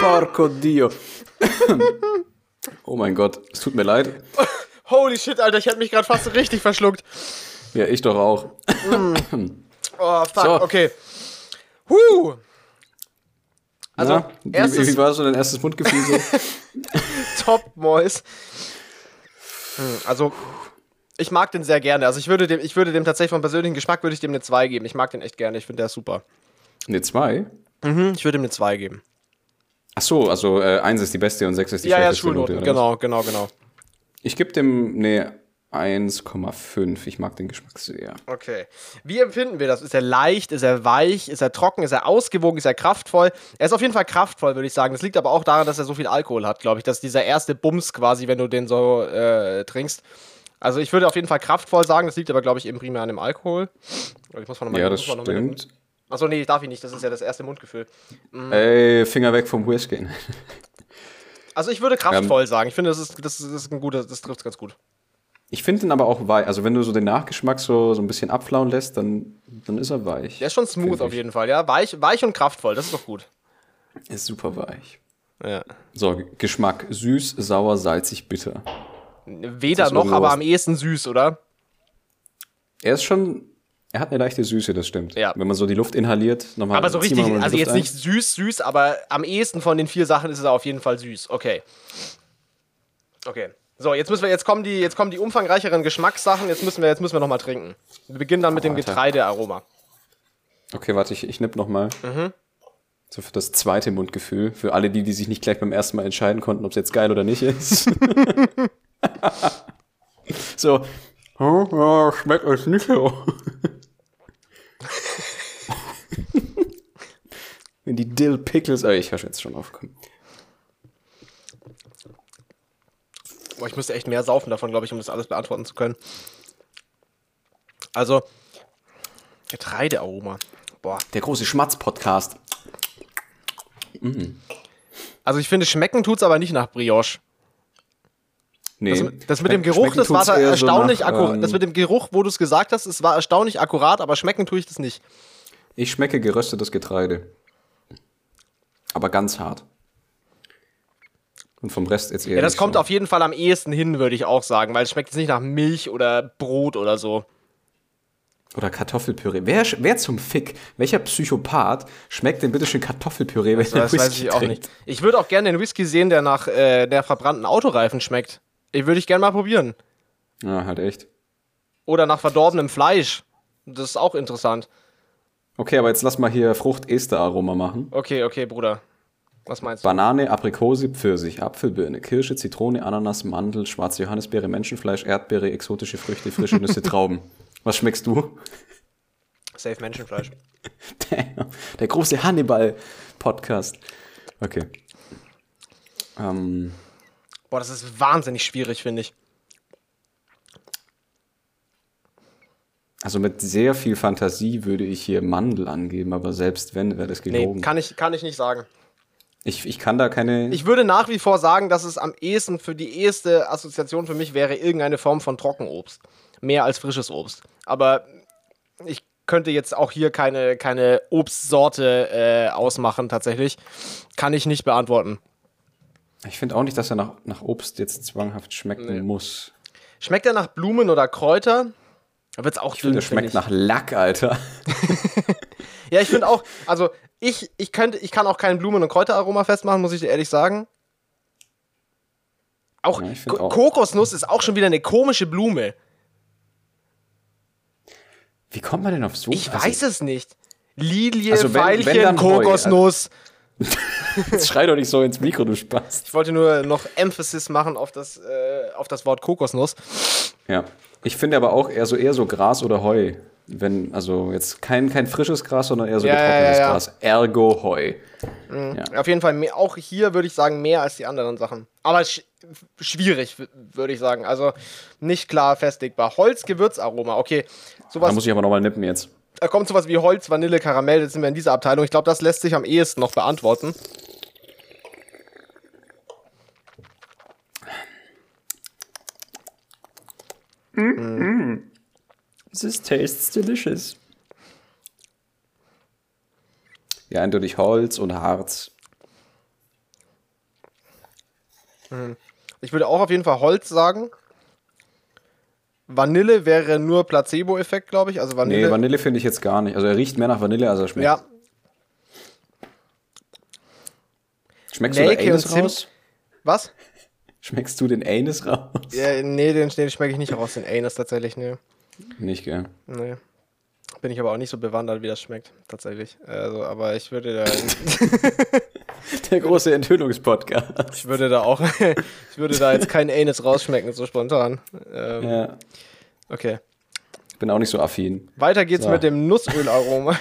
Porco Dio. Oh mein Gott, es tut mir leid.
Holy shit, Alter, ich hätte mich gerade fast richtig verschluckt.
Ja, ich doch auch.
Oh, fuck,
So.
okay. Huh,
Also, wie,
erstes-
wie war so dein erstes Mundgefühl so?
top, Mois. Hm, Also, ich mag den sehr gerne. Also, ich würde dem, ich würde dem tatsächlich vom persönlichen Geschmack würde ich dem eine 2 geben. Ich mag den echt gerne. Ich finde, der ist super.
Ne, zwei.
Mhm, ich würde ihm eine 2 geben.
Ach so, also äh, eins ist die beste und sechs ist die
ja, ja,
schlechteste
Schulnoten.
Note, oder was?
genau, genau, genau.
Ich gebe dem, ne, 1,5. Ich mag den Geschmack sehr.
Okay. Wie empfinden wir das? Ist er leicht? Ist er weich? Ist er trocken? Ist er ausgewogen? Ist er kraftvoll? Er ist auf jeden Fall kraftvoll, würde ich sagen. Das liegt aber auch daran, dass er so viel Alkohol hat, glaube ich. Dass dieser erste Bums quasi, wenn du den so äh, trinkst. Also ich würde auf jeden Fall kraftvoll sagen. Das liegt aber, glaube ich, eben primär an dem Alkohol. Ich muss mal noch mal-
Ja, das
muss mal noch mal-
stimmt.
Achso, nee, ich darf ihn nicht. Das ist ja das erste Mundgefühl. Mhm.
Ey, Finger weg vom Whisky.
Also ich würde kraftvoll
Ähm.
sagen. Ich finde, das ist, das ist, das ist ein guter, das trifft es ganz gut.
Ich finde den aber auch weich. Also wenn du so den Nachgeschmack so, so ein bisschen abflauen lässt, dann, dann ist er weich.
Der ist schon smooth
Find
auf
ich.
jeden Fall, ja. Weich, weich und kraftvoll, das ist doch gut.
Ist super weich.
Ja.
So, G- Geschmack. Süß, sauer, salzig, bitter.
Weder
ist
noch,
irgendwo
aber
was-
am ehesten süß, oder?
Er ist schon. Er hat eine leichte Süße, das stimmt.
Ja.
Wenn man so die Luft inhaliert, nochmal.
Aber so
zieh mal
richtig,
mal die
also
Luft
jetzt
ein.
nicht süß, süß, aber am ehesten von den vier Sachen ist es auf jeden Fall süß. Okay. Okay. So, jetzt müssen wir, jetzt kommen die, jetzt kommen die umfangreicheren Geschmackssachen. Jetzt müssen wir, jetzt müssen wir nochmal trinken. Wir beginnen dann mit dem
Alter.
Getreidearoma.
Okay, warte, ich, ich nipp nochmal. Mhm. So für das zweite Mundgefühl. Für alle die, die sich nicht gleich beim ersten Mal entscheiden konnten, ob es jetzt geil oder nicht ist. so. Oh, oh, schmeckt euch nicht so. Wenn die Dill Pickles. Oh, ich höre jetzt schon auf. Komm.
Boah, ich müsste echt mehr saufen davon, glaube ich, um das alles beantworten zu können. Also, Getreidearoma. Boah.
Der große Schmatz-Podcast.
Also, ich finde, schmecken tut's aber nicht nach Brioche.
Nee.
Das, das mit dem
Schmecken
Geruch, das war
tut's
da
eher so
erstaunlich
nach,
akkurat.
ähm,
das mit dem Geruch, wo du es gesagt hast, es war erstaunlich akkurat, aber schmecken tue ich das nicht.
Ich schmecke geröstetes Getreide. Aber ganz hart. Und vom Rest jetzt eher.
Ja, das
nicht
kommt
so.
auf jeden Fall am ehesten hin, würde ich auch sagen, weil es schmeckt jetzt nicht nach Milch oder Brot oder so.
Oder Kartoffelpüree. Wer, sch- wer zum Fick, welcher Psychopath schmeckt denn bitte schön Kartoffelpüree, wenn er
Das
Whisky
weiß ich auch
trinkt?
nicht. Ich würde auch gerne den Whisky sehen, der nach äh, der verbrannten Autoreifen schmeckt. Ich würde ich gerne mal probieren.
Ja, halt echt.
Oder nach verdorbenem Fleisch. Das ist auch interessant.
Okay, aber jetzt lass mal hier Frucht-Ester-Aroma machen.
Okay, okay, Bruder. Was meinst du?
Banane, Aprikose, Pfirsich, Apfelbirne, Kirsche, Zitrone, Ananas, Mandel, schwarze Johannisbeere, Menschenfleisch, Erdbeere, exotische Früchte, frische Nüsse, Trauben. Was schmeckst du?
Safe Menschenfleisch.
Der, der große Hannibal-Podcast. Okay. Ähm,
Boah, das ist wahnsinnig schwierig, finde ich.
also mit sehr viel Fantasie würde ich hier Mandel angeben, aber selbst wenn, wäre das
Nee,
gelogen.
kann ich, kann ich nicht sagen.
ich, ich kann da keine.
Ich würde nach wie vor sagen, dass es am ehesten für die eheste Assoziation für mich wäre irgendeine Form von Trockenobst. Mehr als frisches Obst. Aber ich könnte jetzt auch hier keine, keine Obstsorte äh, ausmachen, tatsächlich. Kann ich nicht beantworten.
Ich finde auch nicht, dass er nach, nach Obst jetzt zwanghaft schmecken muss.
Schmeckt er nach Blumen oder Kräuter? Da wird es auch
Ich finde,
dünn,
er schmeckt
find
nach Lack, Alter.
ich. Ja, ich finde auch, also ich, ich, könnte, ich kann auch kein Blumen- und Kräuteraroma festmachen, muss ich dir ehrlich sagen. Auch,
Ja, ich find
Ko
auch.
Kokosnuss ist auch schon wieder eine komische Blume.
Wie kommt man denn auf so
Ich weiß es nicht. Lilie,
Also wenn- wenn,
Veilchen,
dann Heu.
Kokosnuss.
Jetzt schrei doch nicht so ins Mikro, du Spaß.
Ich wollte nur noch Emphasis machen auf das, äh, auf das Wort Kokosnuss.
Ja. Ich finde aber auch eher so, eher so Gras oder Heu. Wenn, also jetzt kein, kein frisches Gras, sondern eher so
Ja,
getrocknetes
ja, ja.
Gras. Ergo Heu. Ja.
Auf jeden Fall, mehr, auch hier würde ich sagen, mehr als die anderen Sachen. Aber sch schwierig, w- würde ich sagen. Also nicht klar festlegbar. Holz, Gewürzaroma, okay.
Da
Sowas,
muss ich aber nochmal nippen jetzt.
da kommt sowas wie Holz, Vanille, Karamell, jetzt sind wir in dieser Abteilung. Ich glaube, das lässt sich am ehesten noch beantworten.
This tastes delicious. Ja, eindeutig Holz und Harz.
Ich würde auch auf jeden Fall Holz sagen. Vanille wäre nur Placebo-Effekt, glaube ich. Also Vanille.
Nee, Vanille finde ich jetzt gar nicht. Also er riecht mehr nach Vanille, als er schmeckt.
ja,
Schmeckst du den
Nelke und
Anus
Zimt.
raus?
was?
Schmeckst du den Anus raus?
Ja, nee, den, den schmecke ich nicht raus, den Anus tatsächlich. Nee.
Nicht, gell?
nee. Bin ich aber auch nicht so bewandert, wie das schmeckt, tatsächlich. Also, aber ich würde da,
Der große Enthüllungspodcast.
ich würde da auch, ich würde da jetzt keinen Anus rausschmecken, so spontan. Ähm,
Ja,
Okay.
bin auch nicht so affin.
Weiter geht's
So.
mit dem Nusssölaroma.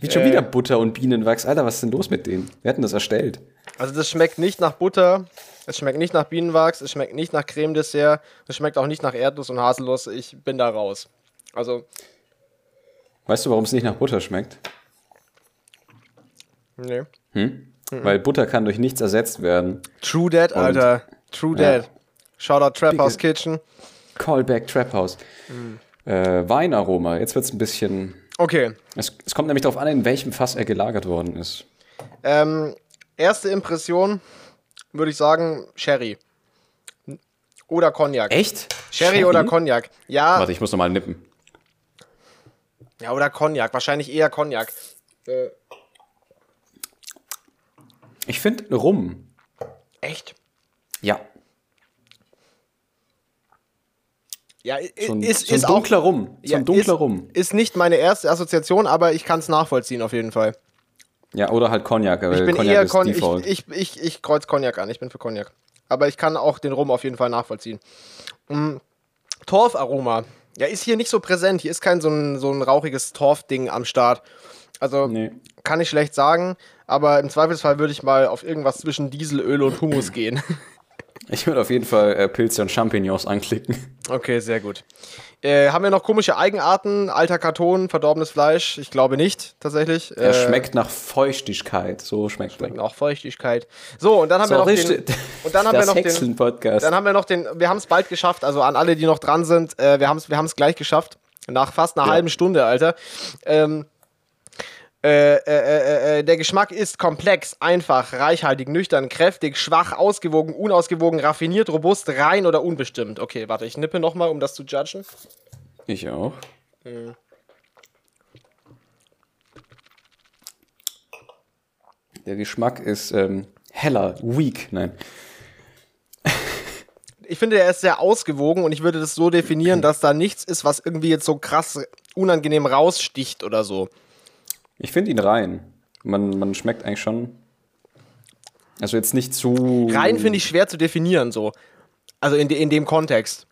Wie schon
Äh.
wieder Butter und Bienenwachs. Alter, was ist denn los mit denen? Wer hat denn das erstellt?
Also das schmeckt nicht nach Butter, es schmeckt nicht nach Bienenwachs, es schmeckt nicht nach Creme-Dessert, es schmeckt auch nicht nach Erdnuss und Haselnuss. Ich bin da raus. Also,
Weißt du, warum es nicht nach Butter schmeckt?
nee.
Hm?
Mhm.
Weil Butter kann durch nichts ersetzt werden.
True Dad, Alter. True
Ja.
Dad. Shoutout Trap
Dicke-
House Kitchen.
Callback Trap House.
Mhm.
Äh, Weinaroma. Jetzt wird es ein bisschen.
Okay.
Es, es kommt nämlich darauf an, in welchem Fass er gelagert worden ist.
Ähm, erste Impression würde ich sagen Sherry. Oder Cognac.
Echt?
Sherry, oder Cognac. Ja,
Warte, ich muss nochmal nippen.
ja, oder Cognac. Wahrscheinlich eher Cognac. Äh,
Ich finde Rum.
echt?
Ja.
Ja, i-
So ein,
ist,
so ein
ist auch
dunkler Rum. So
Ja,
ein dunkler
ist,
Rum.
Ist nicht meine erste Assoziation, aber ich kann es nachvollziehen auf jeden Fall.
Ja, oder halt Cognac.
Ich bin
Cognac
eher
ist
Con ich,
Default.
ich, ich, ich kreuz Cognac an, ich bin für Cognac. Aber ich kann auch den Rum auf jeden Fall nachvollziehen. Mm, Torfaroma. Ja, ist hier nicht so präsent. Hier ist kein so ein, so ein rauchiges Torfding am Start. Also
Nee.
kann ich schlecht sagen, aber im Zweifelsfall würde ich mal auf irgendwas zwischen Dieselöl und Humus gehen.
Ich würde auf jeden Fall äh, Pilze und Champignons anklicken.
Okay, sehr gut. Äh, haben wir noch komische Eigenarten? Alter Karton, verdorbenes Fleisch? Ich glaube nicht, tatsächlich.
Er
Äh,
schmeckt nach Feuchtigkeit. So schmeckt,
Schmecken auch Feuchtigkeit. So, und dann haben wir noch den, und dann haben wir noch den-
Podcast.
dann haben wir noch den, wir haben es bald geschafft, also an alle, die noch dran sind, äh, wir haben es wir haben's gleich geschafft, nach fast einer
Ja.
halben Stunde, Alter. Ähm, äh, äh, äh, äh, der Geschmack ist komplex, einfach, reichhaltig, nüchtern, kräftig, schwach, ausgewogen, unausgewogen, raffiniert, robust, rein oder unbestimmt. Okay, warte, ich nippe nochmal, um das zu judgen.
ich auch.
Äh.
Der Geschmack ist ähm, heller, weak. Nein.
Ich finde, er ist sehr ausgewogen und ich würde das so definieren, dass da nichts ist, was irgendwie jetzt so krass unangenehm raussticht oder so.
Ich finde ihn rein. Man, man schmeckt eigentlich schon. Also jetzt nicht zu.
Rein finde ich
Oh.
schwer zu definieren, so. Also in, de, in dem Kontext.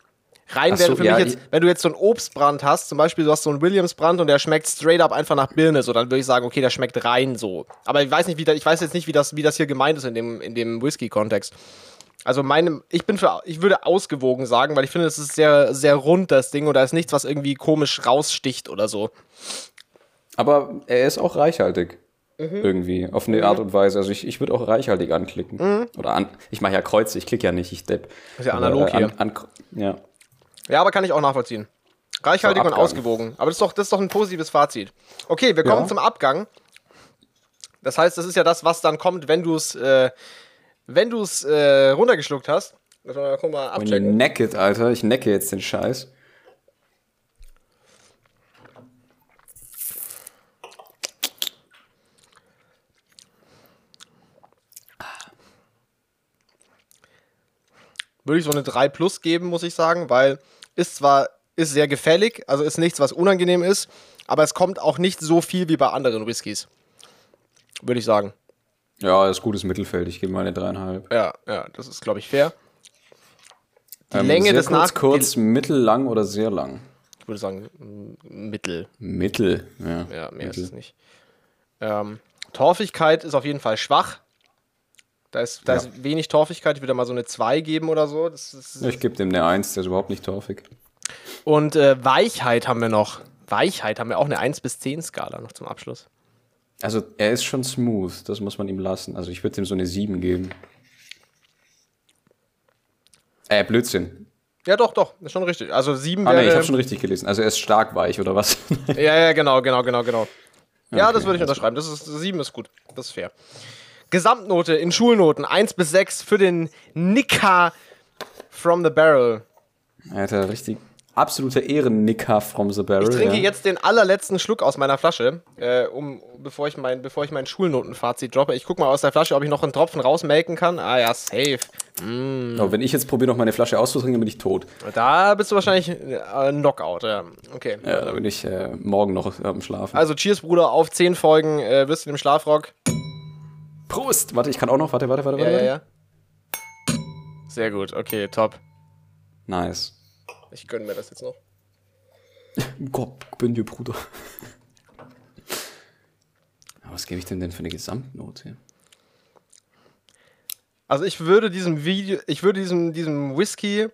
Rein
Ach
wäre
so,
für
ja,
mich jetzt, wenn du jetzt so einen Obstbrand hast, zum Beispiel, du hast so einen Williamsbrand und der schmeckt straight up einfach nach Birne, so, dann würde ich sagen, okay, der schmeckt rein so. Aber ich weiß nicht, wie da, ich weiß jetzt nicht, wie das, wie das hier gemeint ist in dem, in dem Whisky-Kontext. Also meine, ich bin für, ich würde ausgewogen sagen, weil ich finde, es ist sehr, sehr rund, das Ding, und da ist nichts, was irgendwie komisch raussticht oder so.
Aber er ist auch reichhaltig.
Mhm.
Irgendwie, auf eine Art und Weise. Also ich, ich würde auch reichhaltig anklicken. Oder an, ich mache ja Kreuze, ich klicke ja nicht, ich depp.
Mhm. Ist ja analog
Aber, äh,
hier.
An, an, ja.
Ja, aber kann ich auch nachvollziehen. Reichhaltig
So,
und
Abgang.
ausgewogen. Aber das ist, doch, das ist doch ein positives Fazit. Okay, wir kommen
Ja.
zum Abgang. Das heißt, das ist ja das, was dann kommt, wenn du es äh, wenn du es äh, runtergeschluckt hast. Das wollen wir guck mal
When you
abchecken.
neck it, Alter, ich necke jetzt den Scheiß.
Würde ich so eine 3 plus geben, muss ich sagen, weil ist zwar ist sehr gefällig, also ist nichts, was unangenehm ist, aber es kommt auch nicht so viel wie bei anderen Whiskys. Würde ich sagen.
Ja, ist gutes Mittelfeld, ich gebe mal eine dreieinhalb.
Ja, ja, das ist, glaube ich, fair. Die
Ähm,
Länge
sehr
des Nach...
kurz, kurz, mittellang oder sehr lang?
Ich würde sagen, m- mittel.
Mittel, ja.
Ja, mehr ist
Mittel.
es nicht. Ähm, Torfigkeit ist auf jeden Fall schwach. Da ist, da
Ja.
ist wenig Torfigkeit. Ich würde mal so eine 2 geben oder so. Das ist,
Ich gebe dem eine Eins, der ist überhaupt nicht torfig.
Und äh, Weichheit haben wir noch. Weichheit haben wir auch eine 1 bis 10 Skala noch zum Abschluss.
Also er ist schon smooth, das muss man ihm lassen. Also ich würde ihm so eine 7 geben. Äh, Blödsinn.
Ja, doch, doch, ist schon richtig. Also 7
Ah nee, ich
wäre.
habe schon richtig gelesen. Also er ist stark weich oder was?
ja, ja, genau, genau, genau, genau. Ja, das
Okay,
würde ich
also-
unterschreiben. Das ist 7 ist gut. Das ist fair. Gesamtnote in Schulnoten 1 bis 6 für den Nicker from the Barrel.
Alter, richtig absoluter Ehrennicker from the Barrel.
Ich trinke
ja.
jetzt den allerletzten Schluck aus meiner Flasche, äh, um, bevor, ich mein, bevor ich mein Schulnotenfazit droppe. Ich gucke mal aus der Flasche, ob ich noch einen Tropfen rausmelken kann. Ah ja, safe.
Oh, wenn ich jetzt probiere, noch meine Flasche auszutrinken, dann bin ich tot.
Da bist du wahrscheinlich äh, Knockout. Ja. Okay.
Ja, da bin ich äh, morgen noch am Schlafen.
Also Cheers, Bruder, auf 10 Folgen äh, wirst du im Schlafrock.
Prost! Warte, ich kann auch noch. Warte, warte, warte,
Ja,
warte.
ja, ja. Sehr gut, okay, top.
Nice.
Ich gönne mir das jetzt noch.
Gott, bin dir Bruder. Aber Was gebe ich denn denn für eine Gesamtnote?
Also ich würde diesem Video, ich würde diesem, diesem Whisky.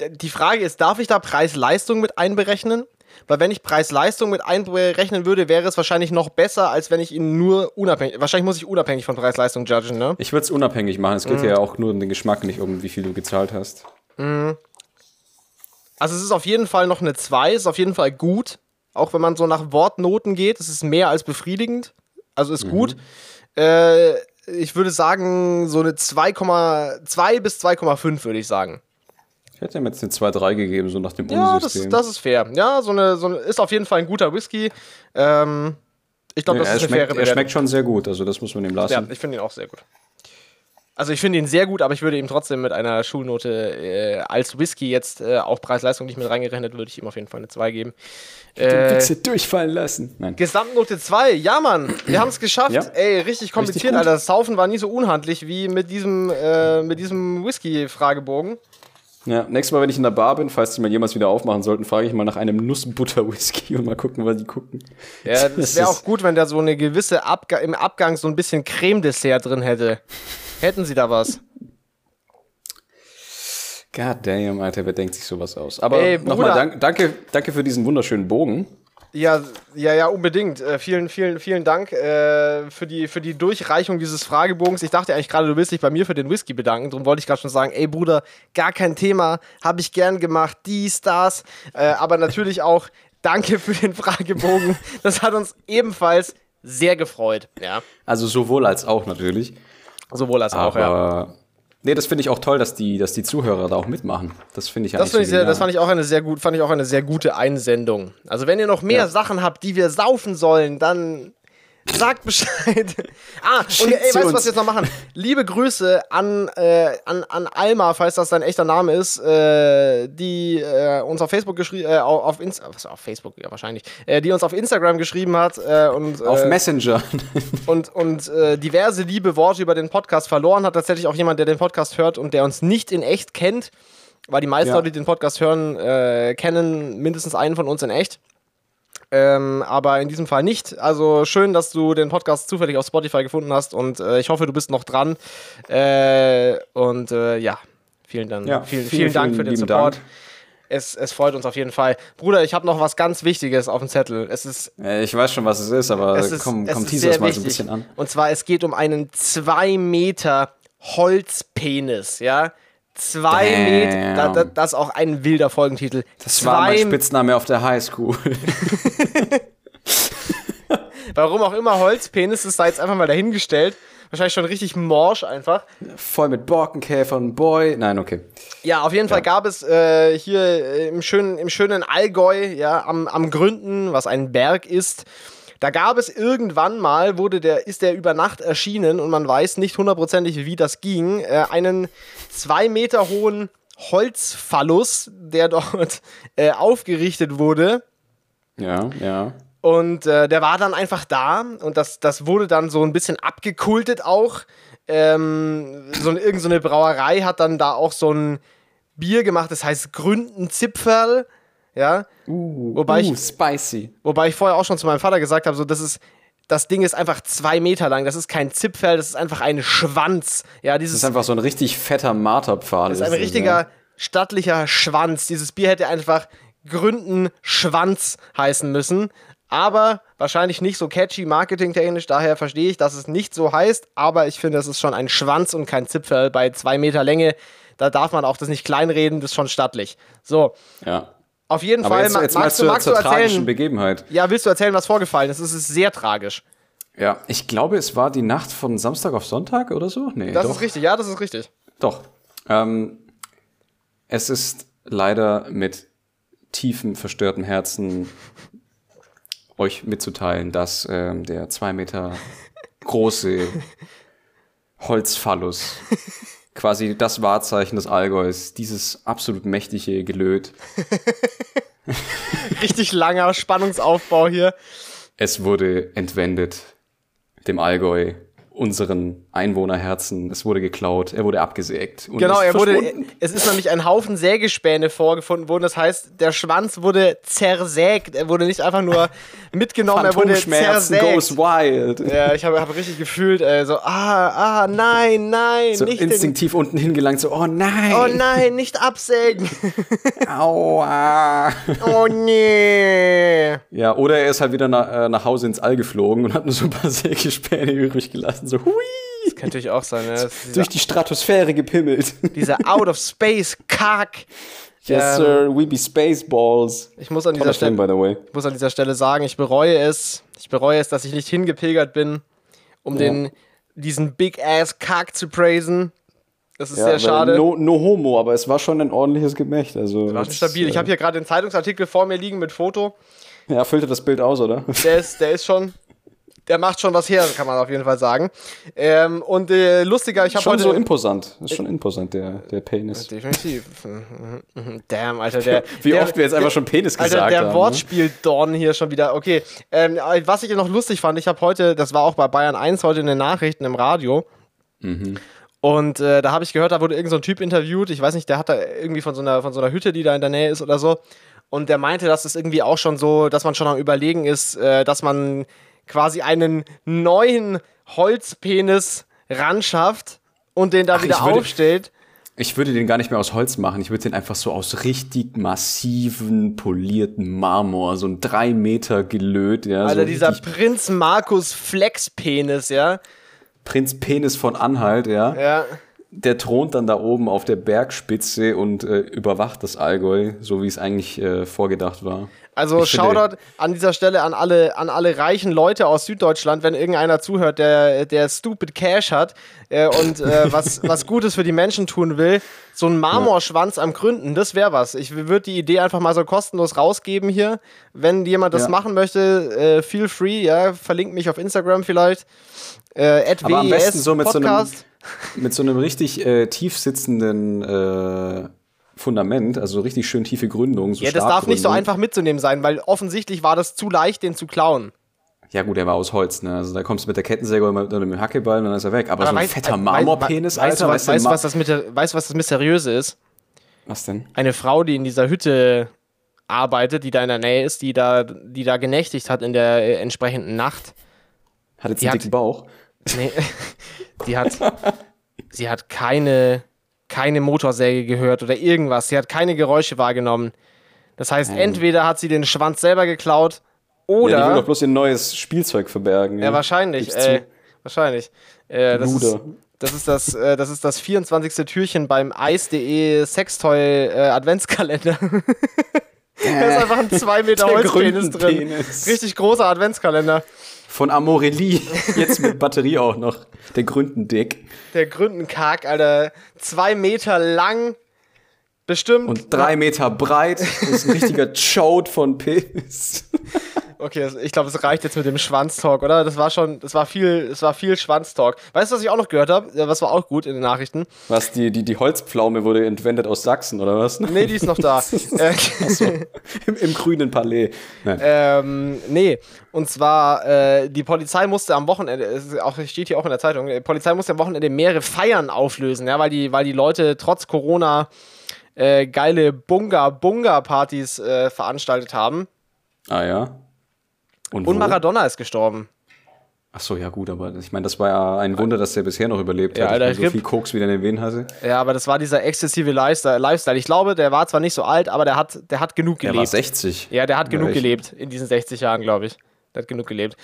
D- Die Frage ist, darf ich da Preis-Leistung mit einberechnen? Weil wenn ich Preis-Leistung mit einberechnen würde, wäre es wahrscheinlich noch besser, als wenn ich ihn nur unabhängig. Wahrscheinlich muss ich unabhängig von Preis-Leistung judgen, ne?
Ich würde es unabhängig machen. Es geht ja
Mhm.
auch nur um den Geschmack, nicht um wie viel du gezahlt hast.
Also es ist auf jeden Fall noch eine 2, ist auf jeden Fall gut. Auch wenn man so nach Wortnoten geht, es ist mehr als befriedigend. Also ist gut. Äh, ich würde sagen, so eine 2,2 bis 2,5 würde ich sagen.
Ich hätte ihm jetzt eine 2-3 gegeben, so nach dem
Ja, das,
Unisystem.
das ist fair. Ja, so eine, so eine ist auf jeden Fall ein guter Whisky. Ähm, ich glaube,
Ja,
das
er,
ist eine
schmeckt,
faire
er
Bewertung.
schmeckt schon sehr gut, also das muss man ihm
Ja,
lassen.
ich finde ihn auch sehr gut. Also ich finde ihn sehr gut, aber ich würde ihm trotzdem mit einer Schulnote äh, als Whisky jetzt äh, auch Preis-Leistung nicht mit reingerechnet, würde ich ihm auf jeden Fall eine 2 geben.
den
Äh,
Wichse durchfallen lassen. Nein.
Gesamtnote 2, ja Mann, wir haben es geschafft.
Ja.
Ey, richtig kompliziert,
gut.
Alter. Das Saufen war nie so unhandlich wie mit diesem, äh, mit diesem Whisky-Fragebogen.
Ja, nächstes Mal, wenn ich in der Bar bin, falls die mal jemals wieder aufmachen sollten, frage ich mal nach einem Nussbutter-Whisky und mal gucken, was die gucken.
Ja,
Das
das wäre
ist-
auch gut, wenn da so eine gewisse Abga im Abgang so ein bisschen Creme-Dessert drin hätte. Hätten sie da was?
God damn, Alter, wer denkt sich sowas aus? Aber
Ey,
nochmal
Bruder.
dank, danke, danke für diesen wunderschönen Bogen.
Ja, ja, ja, unbedingt. Äh, vielen, vielen, vielen Dank äh, für, die, für die Durchreichung dieses Fragebogens. Ich dachte eigentlich gerade, du willst dich bei mir für den Whisky bedanken. Darum wollte ich gerade schon sagen, ey Bruder, gar kein Thema, habe ich gern gemacht, dies, das. Äh, aber natürlich auch danke für den Fragebogen. Das hat uns ebenfalls sehr gefreut. Ja,
Also sowohl als auch natürlich.
sowohl als auch,
Aber
ja.
nee, das finde ich auch toll, dass die, dass die Zuhörer da auch mitmachen. Das finde ich
Das,
eigentlich
finde ich sehr, das
genial.
fand ich auch eine sehr gut, fand ich auch eine sehr gute Einsendung. Also wenn ihr noch mehr
Ja.
Sachen habt, die wir saufen sollen, dann sagt Bescheid. ah, und
Schickt
ey, weißt
sie
du, was
uns.
wir jetzt noch machen? Liebe Grüße an, äh, an, an Alma, falls das dein echter Name ist, äh, die äh, uns auf Facebook geschrieben, äh, auf, auf, Inst was, auf Facebook, ja wahrscheinlich, äh, die uns auf Instagram geschrieben hat äh, und
Auf
äh,
Messenger.
und, und äh, diverse liebe Worte über den Podcast verloren hat. Tatsächlich auch jemand, der den Podcast hört und der uns nicht in echt kennt, weil die meisten
Ja.
Leute, die den Podcast hören, äh, kennen mindestens einen von uns in echt. Ähm, aber in diesem Fall nicht. Also schön, dass du den Podcast zufällig auf Spotify gefunden hast und äh, ich hoffe, du bist noch dran. Äh, und äh, ja, vielen, Dank.
Ja,
vielen, vielen,
vielen,
Dank für
vielen
den
lieben
Support.
Dank.
Es, es freut uns auf jeden Fall. Bruder, ich habe noch was ganz Wichtiges auf dem Zettel. Es ist
Äh, ich weiß schon, was es ist, aber
es ist,
Äh, komm,
es
komm
ist
teaser
sehr
es mal so ein
wichtig.
bisschen an.
Und zwar, es geht um einen 2 Meter Holzpenis, ja. Zwei
Damn.
Meter, da, da, das ist auch ein wilder Folgentitel.
Das war mein
Zwei-
Spitzname auf der Highschool.
Warum auch immer Holzpenis, das sei jetzt einfach mal dahingestellt. Wahrscheinlich schon richtig morsch einfach.
Voll mit Borkenkäfern, Boy. Nein, okay.
Ja, auf jeden Fall gab es äh, hier äh, im schönen, im schönen Allgäu, ja, am, am Gründen, was ein Berg ist. Da gab es irgendwann mal, wurde der, ist der über Nacht erschienen und man weiß nicht hundertprozentig, wie das ging, äh, einen zwei Meter hohen Holzphallus, der dort äh, aufgerichtet wurde.
Ja, ja.
Und äh, der war dann einfach da und das, das wurde dann so ein bisschen abgekultet auch. Ähm, so, eine- irgend so eine Brauerei hat dann da auch so ein Bier gemacht, das heißt Gründenzipferl. Ja,
Uh,
Wobei ich-
spicy.
wobei ich vorher auch schon zu meinem Vater gesagt habe, so das ist, das Ding ist einfach zwei Meter lang, das ist kein Zipferl, das ist einfach ein Schwanz. Ja,
Das
dieses
ist einfach so ein richtig fetter Marterpfahl. ne?
Das ist ein richtiger stattlicher Schwanz. Dieses Bier hätte einfach Gründen Schwanz heißen müssen. Aber wahrscheinlich nicht so catchy marketingtechnisch, daher verstehe ich, dass es nicht so heißt. Aber ich finde, es ist schon ein Schwanz und kein Zipfel bei zwei Meter Länge. Da darf man auch das nicht kleinreden, das ist schon stattlich. So,
Ja.
auf jeden
Aber
Fall.
jetzt,
ma-
jetzt mal zur, zur tragischen Begebenheit.
Ja, willst du erzählen, was vorgefallen ist? Es ist sehr tragisch.
Ja, ich glaube, es war die Nacht von Samstag auf Sonntag oder so. Nee,
Das
doch.
ist richtig, ja, das ist richtig.
Doch. Ähm, es ist leider mit tiefem, verstörten Herzen euch mitzuteilen, dass ähm, der zwei Meter große Holzphallus, quasi das Wahrzeichen des Allgäus, dieses absolut mächtige Gelöt,
Richtig langer Spannungsaufbau hier.
es wurde entwendet dem Allgäu, unseren Einwohnerherzen. Es wurde geklaut, er wurde abgesägt. und
Genau,
ist
er wurde,
verschwunden.
es ist nämlich ein Haufen Sägespäne vorgefunden worden. Das heißt, der Schwanz wurde zersägt. Er wurde nicht einfach nur mitgenommen, er wurde
Phantomschmerzen
zersägt.
goes wild.
Ja, ich habe hab richtig gefühlt, ey, so, ah, ah, nein, nein,
so
nicht den,
instinktiv unten hingelangt, so, oh nein,
oh nein, nicht absägen.
aua.
oh nee.
Ja, oder er ist halt wieder na, äh, nach Hause ins All geflogen und hat nur so ein paar Sägespäne übrig gelassen, so hui,
Kann natürlich auch sein, ne? Das ist
durch
Dieser,
die Stratosphäre gepimmelt.
dieser Out of Space Kack.
yes, sir, we be Spaceballs.
Ich muss an dieser
Toller Film,
Stelle
by the way.
Ich muss an dieser Stelle sagen, ich bereue es. Ich bereue es, dass ich nicht hingepilgert bin, um den, diesen Big Ass Kack zu praisen. Das ist
Ja,
sehr
aber
schade.
No, no homo, aber es war schon ein ordentliches Gemächt. Also,
War schon stabil. Ich habe hier gerade den Zeitungsartikel vor mir liegen mit Foto.
Ja, füllte das Bild aus, oder?
Der ist, der ist schon. Der macht schon was her, kann man auf jeden Fall sagen. Ähm, und äh, lustiger, ich habe
Schon
heute.
so imposant. Ist schon imposant, der, der Penis.
Definitiv. Mhm, mhm. Damn, Alter, der.
Wie
der,
oft wir jetzt einfach schon Penis
Alter,
gesagt
der
haben. ne?
Wortspiel-Dorn hier schon wieder. Okay, ähm, was ich noch lustig fand, ich habe heute, das war auch bei Bayern 1 heute in den Nachrichten im Radio.
Mhm.
Und äh, da habe ich gehört, da wurde irgend so ein Typ interviewt. Ich weiß nicht, der hat da irgendwie von so, einer, von so einer Hütte, die da in der Nähe ist oder so. Und der meinte, dass es irgendwie auch schon so, dass man schon am Überlegen ist, äh, dass man quasi einen neuen Holzpenis ranschafft und den da wieder
ich würde-
aufstellt.
Ich würde den gar nicht mehr aus Holz machen. Ich würde den einfach so aus richtig massiven, polierten Marmor, so ein drei Meter gelöt, ja.
Alter,
so
dieser
richtig
Prinz Markus Flex-Penis, ja.
Prinz Penis von Anhalt, ja.
Ja.
Der thront dann da oben auf der Bergspitze und äh, überwacht das Allgäu, so wie es eigentlich äh, vorgedacht war.
Also
Ich finde-
Shoutout an dieser Stelle an alle, an alle reichen Leute aus Süddeutschland, wenn irgendeiner zuhört, der, der stupid Cash hat äh, und äh, was, was Gutes für die Menschen tun will. So ein Marmorschwanz am Gründen, das wäre was. Ich würde die Idee einfach mal so kostenlos rausgeben hier. Wenn jemand das
Ja.
machen möchte, äh, feel free, ja, verlinkt mich auf Instagram vielleicht. Äh,
Aber am besten
WES
so mit so einem,
Podcast.
mit so einem richtig äh, tief sitzenden äh, Fundament, also richtig schön tiefe Gründung. So
Ja, das darf nicht so
Stabgründung.
einfach mitzunehmen sein, weil offensichtlich war das zu leicht, den zu klauen.
Ja, gut, er war aus Holz, ne? Also da kommst du mit der Kettensäge oder mit, oder mit dem Hackeball und dann ist er weg. Aber, so Also ein
weißt-
fetter
äh,
Marmorpenis,
weißt,
Alter,
du, was,
du,
weißt, du,
Ma-
was das mit der, weißt du, was das Mysteriöse ist?
was denn?
Eine Frau, die in dieser Hütte arbeitet, die da in der Nähe ist, die da, die da genächtigt hat in der äh, entsprechenden Nacht.
Hat jetzt
Die
einen
hat-
dicken Bauch.
Nee, die hat, sie hat keine, keine Motorsäge gehört oder irgendwas. Sie hat keine Geräusche wahrgenommen. Das heißt, entweder hat sie den Schwanz selber geklaut oder.
ja, die will doch bloß ihr neues Spielzeug verbergen. ne?
Ja, wahrscheinlich.
Gib's
Äh, wahrscheinlich. Äh, das, ist,
Hm? Luder.
das ist das, äh, das ist das 24. Türchen beim Eis.de Sextoy äh, Adventskalender. da ist einfach ein 2 Meter
Äh. Der
Holzpenis drin.
Gründenpenis.
Richtig großer Adventskalender.
Von Amorelli. Jetzt mit Batterie auch noch. Der Gründendick.
Der Gründenkark, Alter. Zwei Meter lang. Bestimmt.
Und drei Meter breit. Das ist ein richtiger Chode von Penis.
Okay, also ich glaube, es reicht jetzt mit dem Schwanztalk, oder? Das war schon, das war viel, es war viel Schwanztalk. Weißt du, was ich auch noch gehört habe? Was war auch gut in den Nachrichten?
Was, die, die, die Holzpflaume wurde entwendet aus Sachsen, oder was?
Nee, die ist noch da. äh,
Im, Im grünen Palais. Äh. Nein.
Ähm, nee, und zwar, äh, die Polizei musste am Wochenende, es ist auch, steht hier auch in der Zeitung, die Polizei musste am Wochenende mehrere Feiern auflösen, ja, weil die, weil die Leute trotz Corona äh, geile Bunga-Bunga-Partys äh, veranstaltet haben.
Ah ja. Und,
Und
wo?
Maradona ist gestorben.
Ach so, ja gut, aber ich meine, das war ja ein Wunder, dass der bisher noch überlebt
Ja,
hat.
Alter,
ich mein, so
RIP.
viel Koks wieder in den Venen hatte.
Ja, aber das war dieser exzessive Lifestyle. Lifestyle. Ich glaube, der war zwar nicht so alt, aber der hat, der hat genug
Der war
gelebt.
60.
ja, der hat genug
echt.
gelebt in diesen 60 Jahren, glaube ich. Der hat genug gelebt.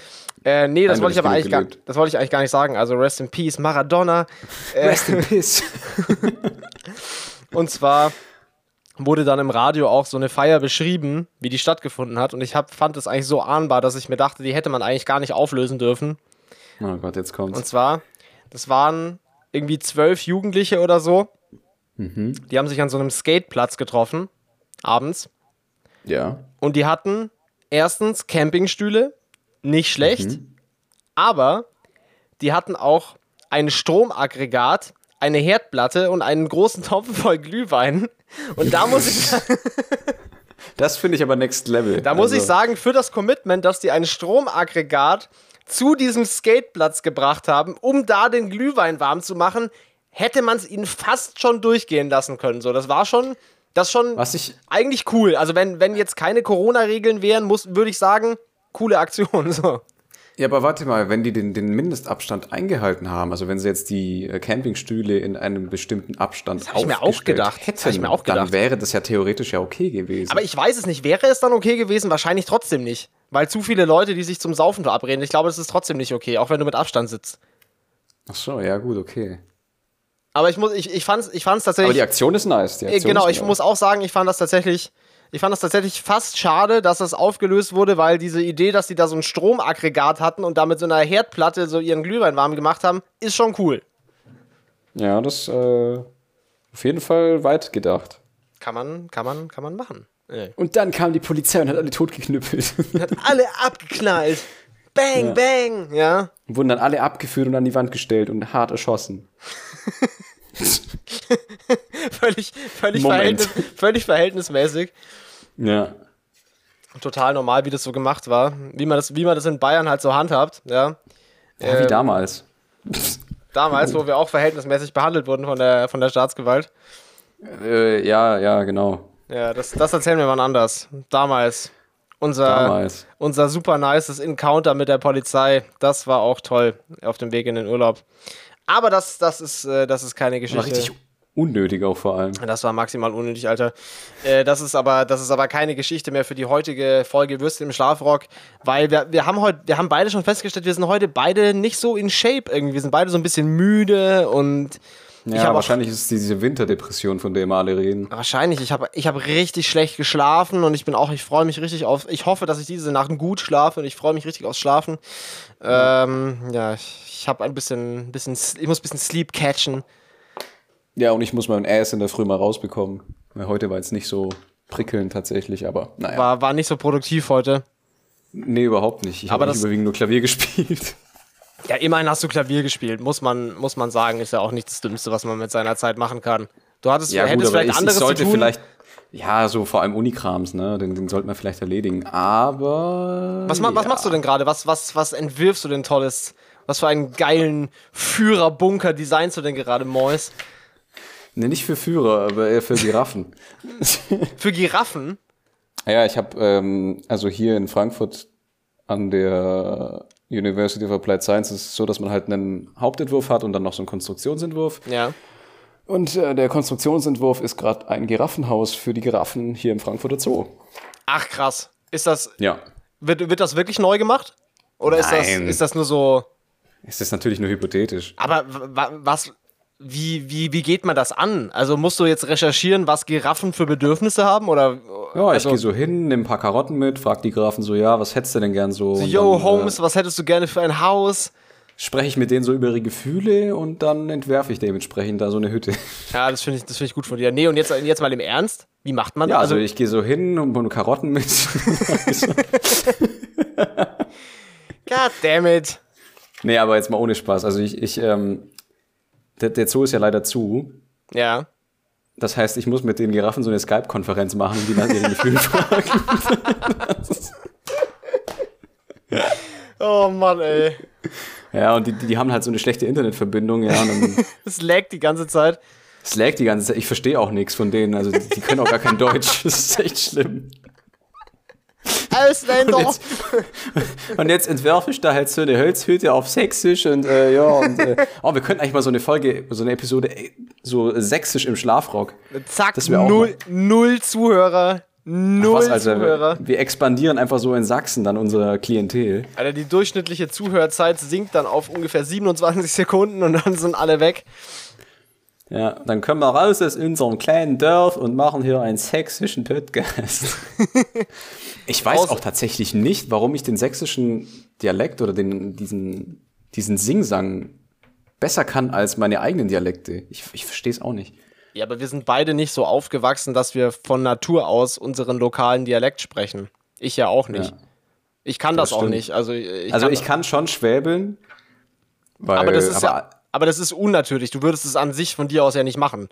Äh, nee, das wollte ich
Eindeutig
aber eigentlich
genug
gar,
gelebt.
das wollte ich eigentlich gar nicht sagen. Also Rest in Peace, Maradona.
Rest in Peace.
Und zwar wurde dann im Radio auch so eine Feier beschrieben, wie die stattgefunden hat. Und ich hab, fand es eigentlich so ahnbar, dass ich mir dachte, die hätte man eigentlich gar nicht auflösen dürfen.
Oh Gott, jetzt kommt's.
Und zwar, das waren irgendwie zwölf Jugendliche oder so. Die haben sich an so einem Skateplatz getroffen, abends.
ja.
Und die hatten erstens Campingstühle, nicht schlecht, aber die hatten auch ein Stromaggregat, eine Herdplatte und einen großen Topf voll Glühwein. Und da muss ich,
Das finde ich aber next level.
da muss
Also,
ich sagen, für das Commitment, dass die ein Stromaggregat zu diesem Skateplatz gebracht haben, um da den Glühwein warm zu machen, hätte man es ihnen fast schon durchgehen lassen können. So, das war schon, das schon
Was ich,
eigentlich cool. Also wenn, wenn jetzt keine Corona-Regeln wären, muss, würde ich sagen, coole Aktion. So.
Ja, aber warte mal, wenn die den, den Mindestabstand eingehalten haben, also wenn sie jetzt die äh, Campingstühle in einem bestimmten Abstand
hab ich mir auch
aufgestellt
gedacht. Das
hätten,
hab ich mir auch gedacht.
dann wäre das ja theoretisch ja okay gewesen.
Aber ich weiß es nicht. Wäre es dann okay gewesen? Wahrscheinlich trotzdem nicht. Weil zu viele Leute, die sich zum Saufen verabreden, ich glaube, das ist trotzdem nicht okay, auch wenn du mit Abstand sitzt.
Ach so, ja gut, okay.
Aber ich muss, ich, ich fand's, ich fand's
Aber
tatsächlich.
die Aktion ist nice. Die
äh,
Aktion
genau,
ist
ich muss auch sagen, ich fand das tatsächlich. Ich fand das tatsächlich fast schade, dass das aufgelöst wurde, weil diese Idee, dass die da so ein Stromaggregat hatten und damit so einer Herdplatte so ihren Glühwein warm gemacht haben, ist schon cool.
Ja, das äh, auf jeden Fall weit gedacht.
Kann man, kann man, kann man machen. Äh.
Und dann kam die Polizei und hat alle totgeknüppelt.
hat alle abgeknallt. Bang, bang. Ja.
und wurden dann alle abgeführt und an die Wand gestellt und hart erschossen.
Völlig, völlig,
Moment.
verhältnis, völlig verhältnismäßig.
Ja.
Total normal, wie das so gemacht war. Wie man das, wie man das in Bayern halt so handhabt. Ja.
ja
Äh,
wie damals.
Damals, wo wir auch verhältnismäßig behandelt wurden von der, von der Staatsgewalt.
Äh, ja, ja, genau.
Ja, das, das erzählen wir mal anders. Damals. Unser,
Damals.
unser super nices Encounter mit der Polizei, das war auch toll auf dem Weg in den Urlaub. Aber das, das, ist, äh, das ist keine Geschichte.
War richtig unnötig auch vor allem.
Das war maximal unnötig, Alter. Äh, das, ist aber, das ist aber keine Geschichte mehr für die heutige Folge Würste im Schlafrock, weil wir, wir haben heute, wir haben beide schon festgestellt, wir sind heute beide nicht so in Shape irgendwie. Wir sind beide so ein bisschen müde und ich
Ja,
habe auch-
wahrscheinlich ist es diese Winterdepression, von der immer alle reden.
wahrscheinlich, ich habe ich hab richtig schlecht geschlafen und ich bin auch, ich freue mich richtig auf, ich hoffe, dass ich diese Nacht gut schlafe und ich freue mich richtig aufs Schlafen. Ähm, ja, ich, ich habe ein bisschen, bisschen, ich muss ein bisschen Sleep catchen.
Ja, und ich muss meinen Ass in der Früh mal rausbekommen. Weil heute war jetzt nicht so prickelnd tatsächlich, aber naja.
War, war nicht so produktiv heute.
nee, überhaupt nicht. Ich
Aber
habe
das-
überwiegend nur Klavier gespielt.
Ja, immerhin hast du Klavier gespielt, muss man, muss man sagen, ist ja auch nicht das Dümmste, was man mit seiner Zeit machen kann. Du hattest, hättest vielleicht
ich, ich
anderes
sollte
zu tun.
vielleicht. Ja, so vor allem Unikrams, ne? Den, den sollte man vielleicht erledigen. Aber.
was, ma was
ja.
machst du denn gerade? Was, was, was entwirfst du denn Tolles? Was für einen geilen Führerbunker designst du denn gerade, Mois?
Nee, nicht für Führer, aber eher für Giraffen.
Für Giraffen?
Ja, ich habe ähm, also hier in Frankfurt an der University of Applied Sciences ist es so, dass man halt einen Hauptentwurf hat und dann noch so einen Konstruktionsentwurf.
Ja.
Und äh, der Konstruktionsentwurf ist gerade ein Giraffenhaus für die Giraffen hier im Frankfurter Zoo.
Ach krass. Ist das,
Ja.
wird, wird das wirklich neu gemacht? Oder ist das,
Nein.
ist das nur so.
Es ist natürlich nur hypothetisch.
Aber w- wa- was, wie, wie, wie geht man das an? Also musst du jetzt recherchieren, was Giraffen für Bedürfnisse haben? Oder
Ja, ich gehe so hin, nimm ein paar Karotten mit, frag die Giraffen so, ja, was hättest du denn gern so? Und
Yo,
dann, äh,
Holmes, was hättest du gerne für ein Haus?
Spreche ich mit denen so über ihre Gefühle und dann entwerfe ich dementsprechend da so eine Hütte.
Ja, das finde ich, das find ich gut von dir. Nee, und jetzt, jetzt mal im Ernst, wie macht man das?
Ja, also ich gehe so hin und hole Karotten mit.
God damn it.
nee, aber jetzt mal ohne Spaß. Also ich, ich ähm, der, der Zoo ist ja leider zu.
Ja.
Das heißt, ich muss mit den Giraffen so eine Skype-Konferenz machen, die nach ihren Gefühlen fragen.
Oh Mann, ey.
Ja, und die, die, die haben halt so eine schlechte Internetverbindung, ja, und dann
Es laggt die ganze Zeit.
Es laggt die ganze Zeit. Ich verstehe auch nichts von denen. Also die, die können auch gar kein Deutsch. Das ist echt schlimm.
Ausländer.
Und jetzt, und jetzt entwerfe ich da halt so eine Holzhütte auf Sächsisch und äh, ja, und, äh, oh, wir könnten eigentlich mal so eine Folge, so eine Episode äh, so sächsisch im Schlafrock.
Zack,
Das wär auch
null,
mal-
null Zuhörer. Null
Was, also,
Zuhörer.
wir, wir expandieren einfach so in Sachsen dann unser Klientel.
Alter, die durchschnittliche Zuhörzeit sinkt dann auf ungefähr 27 Sekunden und dann sind alle weg.
Ja, dann können wir raus aus unserem kleinen Dorf und machen hier einen sächsischen Podcast. ich weiß
Aus-
auch tatsächlich nicht, warum ich den sächsischen Dialekt oder den, diesen, diesen Singsang besser kann als meine eigenen Dialekte. Ich, ich verstehe es auch nicht.
Ja, aber wir sind beide nicht so aufgewachsen, dass wir von Natur aus unseren lokalen Dialekt sprechen. Ich ja auch nicht.
Ja.
Ich kann das,
Das
auch
stimmt.
nicht. Also ich,
also
kann
ich kann schon schwäbeln, weil,
Aber das ist
aber-
ja. Aber das ist unnatürlich. Du würdest es an sich von dir aus ja nicht machen.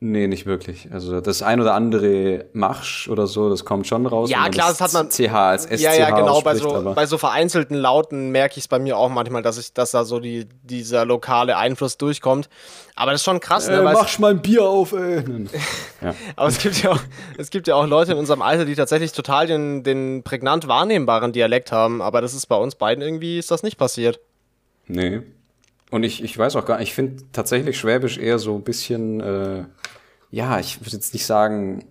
Nee, nicht wirklich. Also das ein oder andere Marsch oder so, das kommt schon raus.
Ja,
wenn
klar, das hat man-
CH als SCH
Ja, ja, genau. Bei
ausspricht,
so,
aber-
bei so vereinzelten Lauten merke ich es bei mir auch manchmal, dass ich, dass da so die, dieser lokale Einfluss durchkommt. Aber das ist schon krass, ne?
Äh,
Weil es-
mach mal ein Bier auf, ey. ja.
Aber es gibt, ja auch, es gibt ja auch Leute in unserem Alter, die tatsächlich total den, den prägnant wahrnehmbaren Dialekt haben. Aber das ist bei uns beiden irgendwie, ist das nicht passiert.
Nee. Und ich, ich weiß auch gar nicht, ich finde tatsächlich Schwäbisch eher so ein bisschen, äh, ja, ich würde jetzt nicht sagen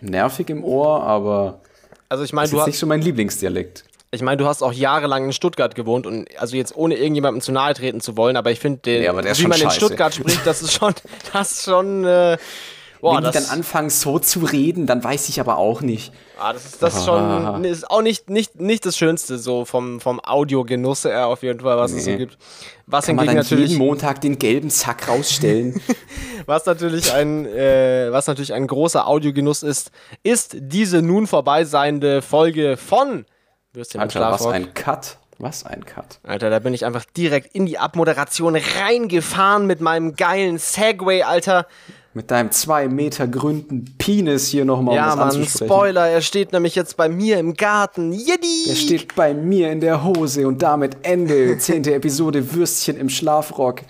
nervig im Ohr, aber
Also ich meine,
ist
du,
jetzt
hast
nicht so mein Lieblingsdialekt.
ich meine, du hast auch jahrelang in Stuttgart gewohnt und also jetzt ohne irgendjemandem zu nahe treten zu wollen, aber ich finde, den-
Nee, aber der ist
wie
schon
man in
scheiße.
Stuttgart spricht, das ist schon, das ist schon, äh, boah,
Wenn die
das,
dann anfangen so zu reden, dann weiß ich aber auch nicht.
ah, das ist das ist schon, nee, ist auch nicht, nicht, nicht das Schönste so vom, vom Audiogenuss her auf jeden Fall, was es so
Nee.
gibt. Was
Kann man
hingegen
dann jeden
natürlich,
Montag den gelben Zack rausstellen?
was natürlich ein, äh, was natürlich ein großer Audiogenuss ist, ist diese nun vorbei seiende Folge von Würstchen mit
Alter, was
Schlafrock.
ein Cut. Was ein Cut.
Alter, da bin ich einfach direkt in die Abmoderation reingefahren mit meinem geilen Segway, Alter.
Mit deinem zwei Meter gründen Penis hier nochmal, um
ja,
das
Mann,
anzusprechen.
Spoiler, er steht nämlich jetzt bei mir im Garten. Jedi!
Er steht bei mir in der Hose und damit Ende. Zehnte Episode Würstchen im Schlafrock.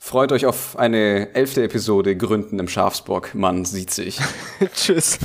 Freut euch auf eine elfte Episode Gründen im Schafsbock. Man sieht sich.
Tschüss.